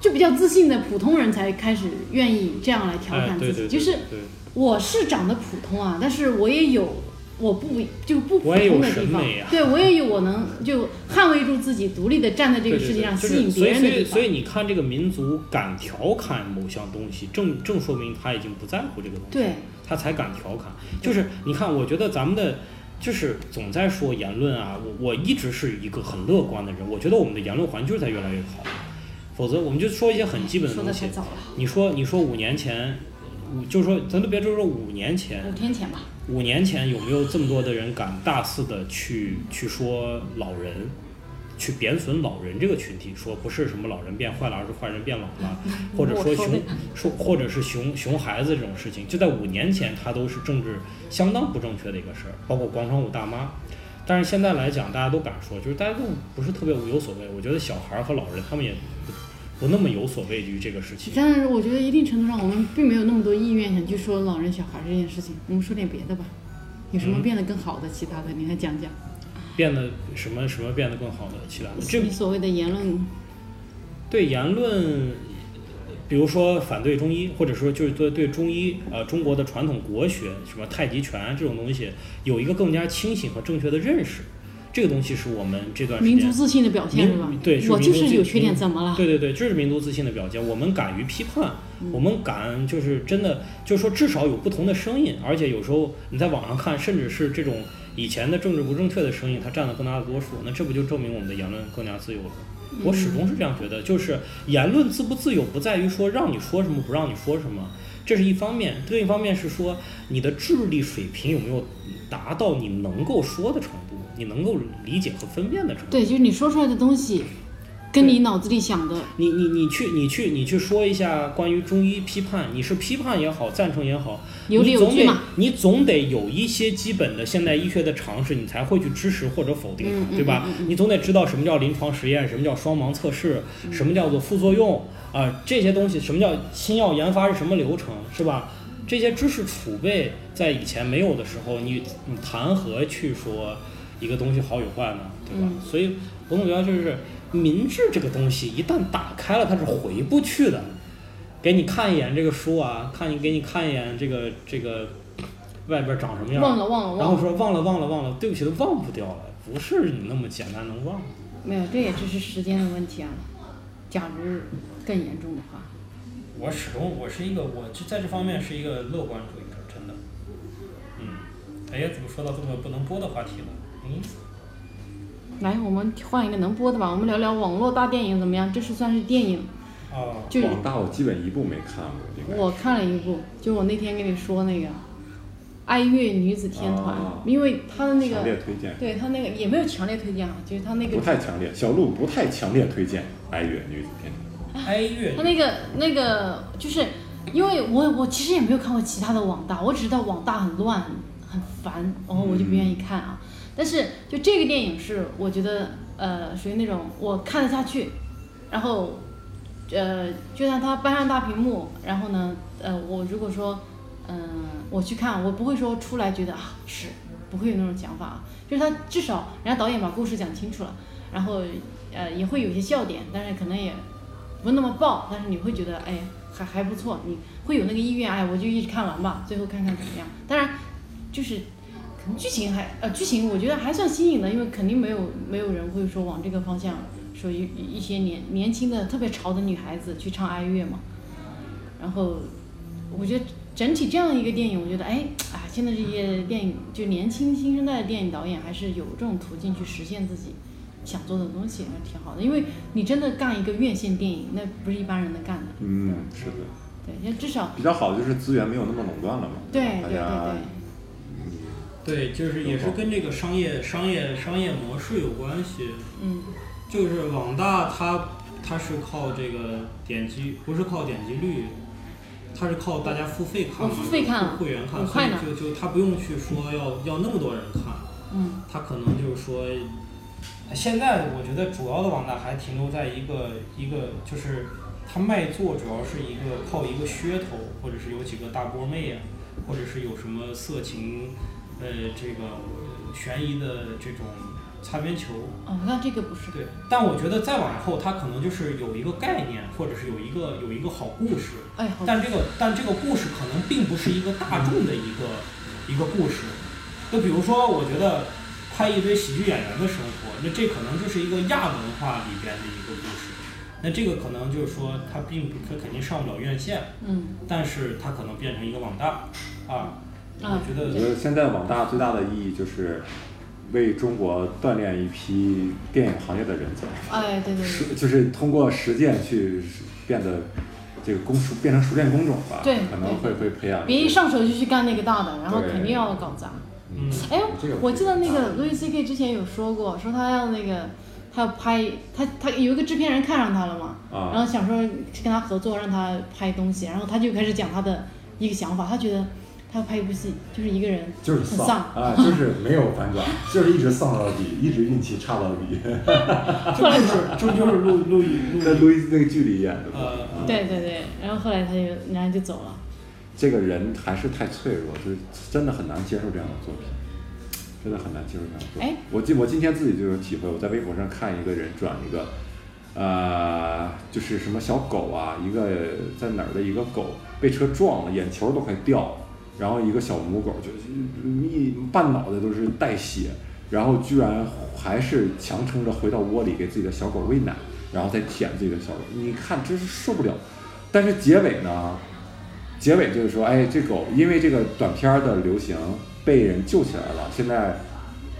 就比较自信的普通人才开始愿意这样来调
哎
侃自
对
己，
对对
就是
对
我是长得普通啊，但是我也有我不就不普
我也有
通的地
审
方，
美啊
对我也有我能就捍卫住自己，独立的站在这
对
个
对
世界
对
上
就
吸
是
引
所
别
以
人
所
的地
以
方
所以。你看这个民族敢调侃某项东西，正正说明他已经不在乎这个东西。
对，
他才敢调侃。就是你看，我觉得咱们的就是总在说言论啊，我我一直是一个很乐观的人，我觉得我们的言论环境在越来越好，否则我们就说一些很基本的
说
东
的
西
太。早了，
你说你说五年前，五就是说咱都别就说五年前
五，天前吧。
五年前有没有这么多的人敢大肆的去去说老人？去贬损老人这个群体，说不是什么老人变坏了，而是坏人变老了，或者说
嗯我说
熊
的
说或者是熊熊孩子这种事情，就在五年前，它都是政治相当不正确的一个事儿，包括广场舞大妈。但是现在来讲，大家都敢说，就是大家都不是特别有所谓。我觉得小孩儿和老人他们也不不那么有所畏惧这个事情。
但是我觉得一定程度上，我们并没有那么多意愿想去说老人小孩这件事情。我们说点别的吧，有什么
嗯
变得更好的？其他的你来讲讲。
变得什么什么变得更好的，其他的这
你所谓的言论，
对言论，比如说反对中医，或者说就是对对中医呃中国的传统国学，什么太极拳这种东西，有一个更加清醒和正确的认识。这个东西是我们这段时间
民族自信的表现
民
是吧？
对是
我就
民族
是
自
有
信
缺点，怎么了？嗯
对对对，这是民族自信的表现。我们敢于批判，我们敢就是真的，就是说至少有不同的声音，而且有时候你在网上看，甚至是这种以前的政治不正确的声音，它占了更大的多数，那这不就证明我们的言论更加自由了？我始终是这样觉得，就是言论自不自由，不在于说让你说什么，不让你说什么，这是一方面；另一方面是说你的智力水平有没有达到你能够说的程度，你能够理解和分辨的程度。
对，就是你说出来的东西，跟你脑子里想的，
你你你去你去你去说一下关于中医批判，你是批判也好，赞成也好，
有理有据嘛
你总得你总得有一些基本的现代医学的常识，你才会去支持或者否定
嗯
它，
嗯
对吧？你总得知道什么叫临床实验，什么叫双盲测试，什么叫做副作用啊、这些东西，什么叫新药研发是什么流程，是吧？这些知识储备在以前没有的时候，你你谈何去说一个东西好与坏呢？对吧？所以我总觉得就是民智这个东西，一旦打开了，它是回不去的。给你看一眼这个书啊，看你给你看一眼这个这个外边长什么样，
忘了忘
然
了忘
后
了，
说忘了忘了忘了，对不起，都忘不掉了，不是你那么简单能忘。
没有，这也只是时间的问题啊。假如更严重的话，
我始终我是一个我就在这方面是一个乐观主义者，真的。嗯，哎呀，怎么说到这么不能播的话题了？嗯，
来，我们换一个能播的吧，我们聊聊网络大电影怎么样？这是算是电影，
哦，
就
网大我基本一部没看过，应该
我看了一部，就我那天跟你说那个《哀乐女子天团》
哦
因为他的那
强烈
个，
推荐，
对他那个也没有强烈推荐啊，就是他那个
不太强烈，小鹿不太强烈推荐《哀乐女子天堂
哀乐
他那个那个就是，因为我我其实也没有看过其他的网大，我只知道网大很乱很烦，然后我就不愿意看啊。但是就这个电影是我觉得呃属于那种我看得下去，然后呃就算它搬上大屏幕，然后呢呃我如果说嗯、呃我去看，我不会说出来觉得啊是不会有那种想法啊，就是他至少人家导演把故事讲清楚了，然后呃也会有一些笑点，但是可能也不那么爆，但是你会觉得哎还还不错，你会有那个意愿，哎我就一直看完吧，最后看看怎么样。当然就是可能剧情还呃剧情我觉得还算新颖的，因为肯定没有没有人会说往这个方向说一一些年年轻的特别潮的女孩子去唱哀乐嘛，然后我觉得整体这样一个电影，我觉得哎啊，现在这些电影就年轻新生代的电影导演还是有这种途径去实现自己想做的东西，还挺好的。因为你真的干一个院线电影，那不是一般人能干的。》。
嗯，是的，
对，那至少
比较好就是资源没有那么垄断了嘛。
对
大
对对
家
对。
对，就是也是跟这个商业商业商业模式有关系。
嗯，
就是网大它它是靠这个点击，不是靠点击率，它是靠大家付费看
我
嘛，
哦付费看了
会员看，
很
所
快呢
以就就它不用去说要要那么多人看，
嗯，
它可能就是说，哎现在我觉得主要的网大还停留在一个一个就是。它卖座主要是一个靠一个噱头，或者是有几个大波妹啊，或者是有什么色情，呃，这个呃悬疑的这种擦边球，
哦，那这个不是，
对，但我觉得再往后，它可能就是有一个概念，或者是有一个有一个好故事，
哎，好，
但这个但这个故事可能并不是一个大众的一个一个故事。就比如说，我觉得拍一堆喜剧演员的生活，那这可能就是一个亚文化里边的一个故事。那这个可能就是说，它并不它肯定上不了院线，
嗯，
但是它可能变成一个网大啊。
啊
我觉
我
得
觉得现在网大最大的意义就是为中国锻炼一批电影行业的人才，
哎，对对对。
是就是通过实践去变得这个工熟变成熟练工种吧，
对
可能会会培养。
别一上手就去干那个大的，然后
对
肯定要搞砸。
嗯，
哎
这个，
我记得那
啊
个 Louis C K 之前有说过，说他要那个，他要拍他他有一个制片人看上他了嘛，
啊
然后想说跟他合作，让他拍东西，然后他就开始讲他的一个想法，他觉得他要拍一部戏，就是一个人，
就是
很
丧
丧。
啊，就是没有反转，就是一直丧到底，一直运气差到 底，
后来
这就是路路易
跟路易斯那个剧里演的。
呃，
对对对，然后后来他就人家就走了。
这个人还是太脆弱，就是真的很难接受这样的作品，真的很难接受这样的作品。
哎
我今我今天自己就有体会，我在微博上看一个人转一个，呃，就是什么小狗啊，一个在哪儿的一个狗被车撞了，眼球都快掉了，然后一个小母狗就是一半脑袋都是带血，然后居然还是强撑着回到窝里给自己的小狗喂奶，然后再舔自己的小狗，你看真是受不了。但是结尾呢，结尾就是说，哎，这狗因为这个短片儿的流行被人救起来了，现在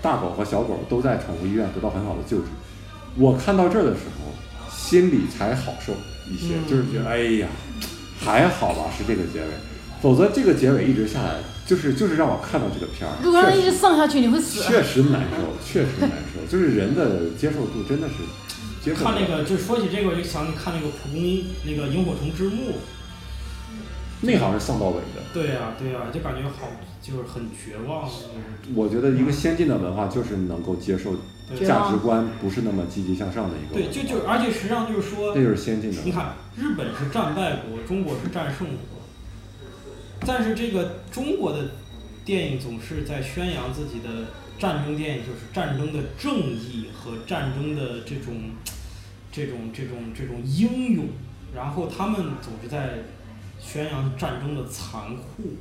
大狗和小狗都在宠物医院得到很好的救治。我看到这儿的时候，心里才好受一些，
嗯
就是觉得哎呀，还好吧，是这个结尾，否则这个结尾一直下来，就是就是让我看到这个片儿，
如果让他
确
一
实
直丧下去，你会死。啊
确实难受，确实难受，就是人的接受度真的是接受不
看
了。
那个，就是说起这个，我就想起看那个蒲公英，那个萤火虫之墓。
那好像是丧到尾的。
对呀、对呀、就感觉好，就是很绝望，就是
我觉得一个先进的文化就是能够接受
对啊
价值观不是那么积极向上的一个文
对，
化。
就就而且实际上就是说
这，就是先进的。
你看，日本是战败国，中国是战胜国，但是这个中国的电影总是在宣扬自己的战争电影，就是战争的正义和战争的这种、这种、这种、这种英勇，然后他们总是在宣扬战争的残酷。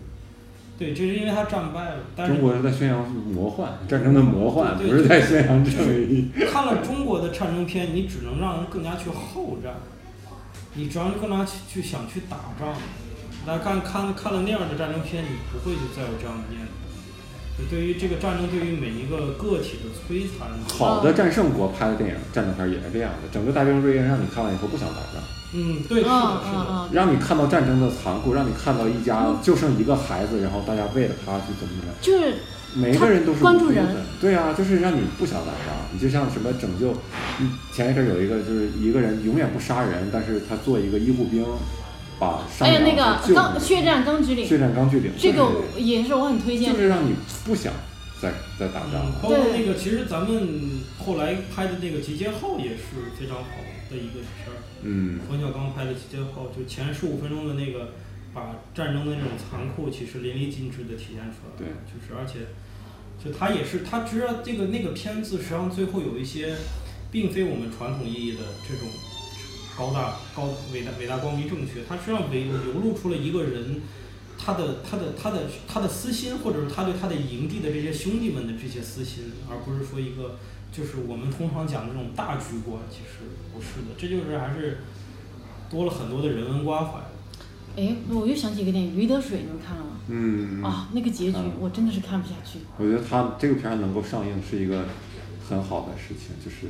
对，这是因为他战败了，但是
中国是在宣扬魔幻战争的魔幻，
对嗯
不是在宣扬正义。
看了中国的战争片，你只能让人更加去后战，你只能更加去去想去打仗。那看看看了那样的战争片，你不会再有这样的念头。就对于这个战争，对于每一个个体的摧残，
好的战胜国拍的电影战争片也是这样的，整个《大兵瑞恩》让你看完以后不想打仗，
嗯，对，是的，
嗯
是
嗯
的，
嗯，
让你看到战争的残酷，让你看到一
嗯
家就剩一个孩子，然后大家为了他去怎么怎么样。
就是
每个人都是
关注
无辜的
人，
对啊，就是让你不想打仗。你就像什么拯救，嗯前一阵有一个就是一个人永远不杀人，但是他做一个医护兵，把杀
哎呀
人
那个钢血战钢锯
血
岭，
战钢锯岭，
这个
就是
我也是我很推荐
就。是让你不想再再打仗
嗯，
了。
包括那个，其实咱们后来拍的那个《集结号》也是非常好的一个片儿。
嗯，
冯小刚拍的《集结号》，就前十五分钟的那个，把战争的那种残酷其实淋漓尽致的体现出来了。
对
就是而且，就他也是他知道这个那个片子实际上最后有一些，并非我们传统意义的这种高大高伟大伟大光明正确，他实际上流流露出了一个人。他的他的他的他的私心，或者是他对他的营地的这些兄弟们的这些私心，而不是说一个就是我们通常讲的这种大局观，其实不是的，这就是还是多了很多的人文关怀。
哎，我又想起一个电影《驴得水》，你们看了吗？
嗯，
啊，那个结局
嗯
我真的是看不下去。
我觉得他这个片儿能够上映是一个很好的事情，就是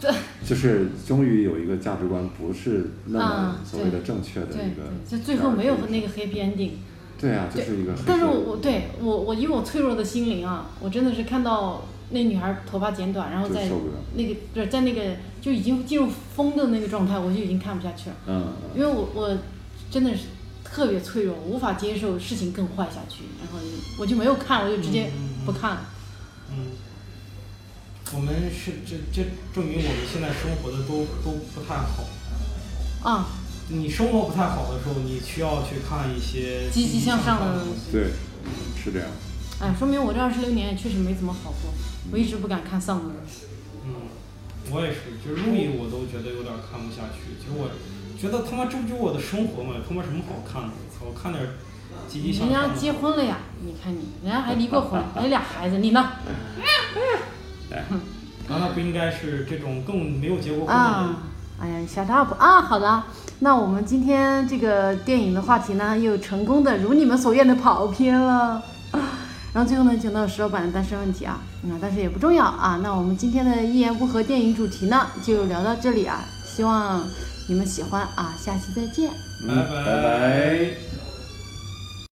对，
就是终于有一个价值观不是那么
啊对
所谓的正确的
对
一个
对，，就最后没有那个 happy ending。
对啊，就是一个很
但是我我对我我以我脆弱的心灵啊，我真的是看到那女孩头发剪短，然后
就
在
受不了
那个不是在那个就已经进入疯的那个状态，我就已经看不下去了，
嗯。嗯
因为我我真的是特别脆弱，无法接受事情更坏下去，然后我就没有看，我就直接不看了。
嗯，我们是这这证明我们现在生活的都都不太好。
啊，
你生活不太好的时候，你需要去看一些
积极向上
上
的
的东西。
对，是这样。
哎，说明我这二十六年也确实没怎么好过，我一直不敢看丧的。
嗯，我也是，就是路易我都觉得有点看不下去。其实我觉得他妈这不就是我的生活嘛，有他妈什么好看的？我操，我看点积极向
人
上
家
的。
结婚了呀，你看你，人家还离过婚，还有俩孩子，你呢？
难道不应该是这种更没有结过婚的人
啊？，哎呀，shut up 啊！好的，那我们今天这个电影的话题呢，又成功的如你们所愿的跑偏了。 然后最后呢，讲到石老板的单身问题啊，嗯，但是也不重要啊。那我们今天的一言不合电影主题呢，就聊到这里啊，希望你们喜欢啊，下期再见。
嗯嗯，拜拜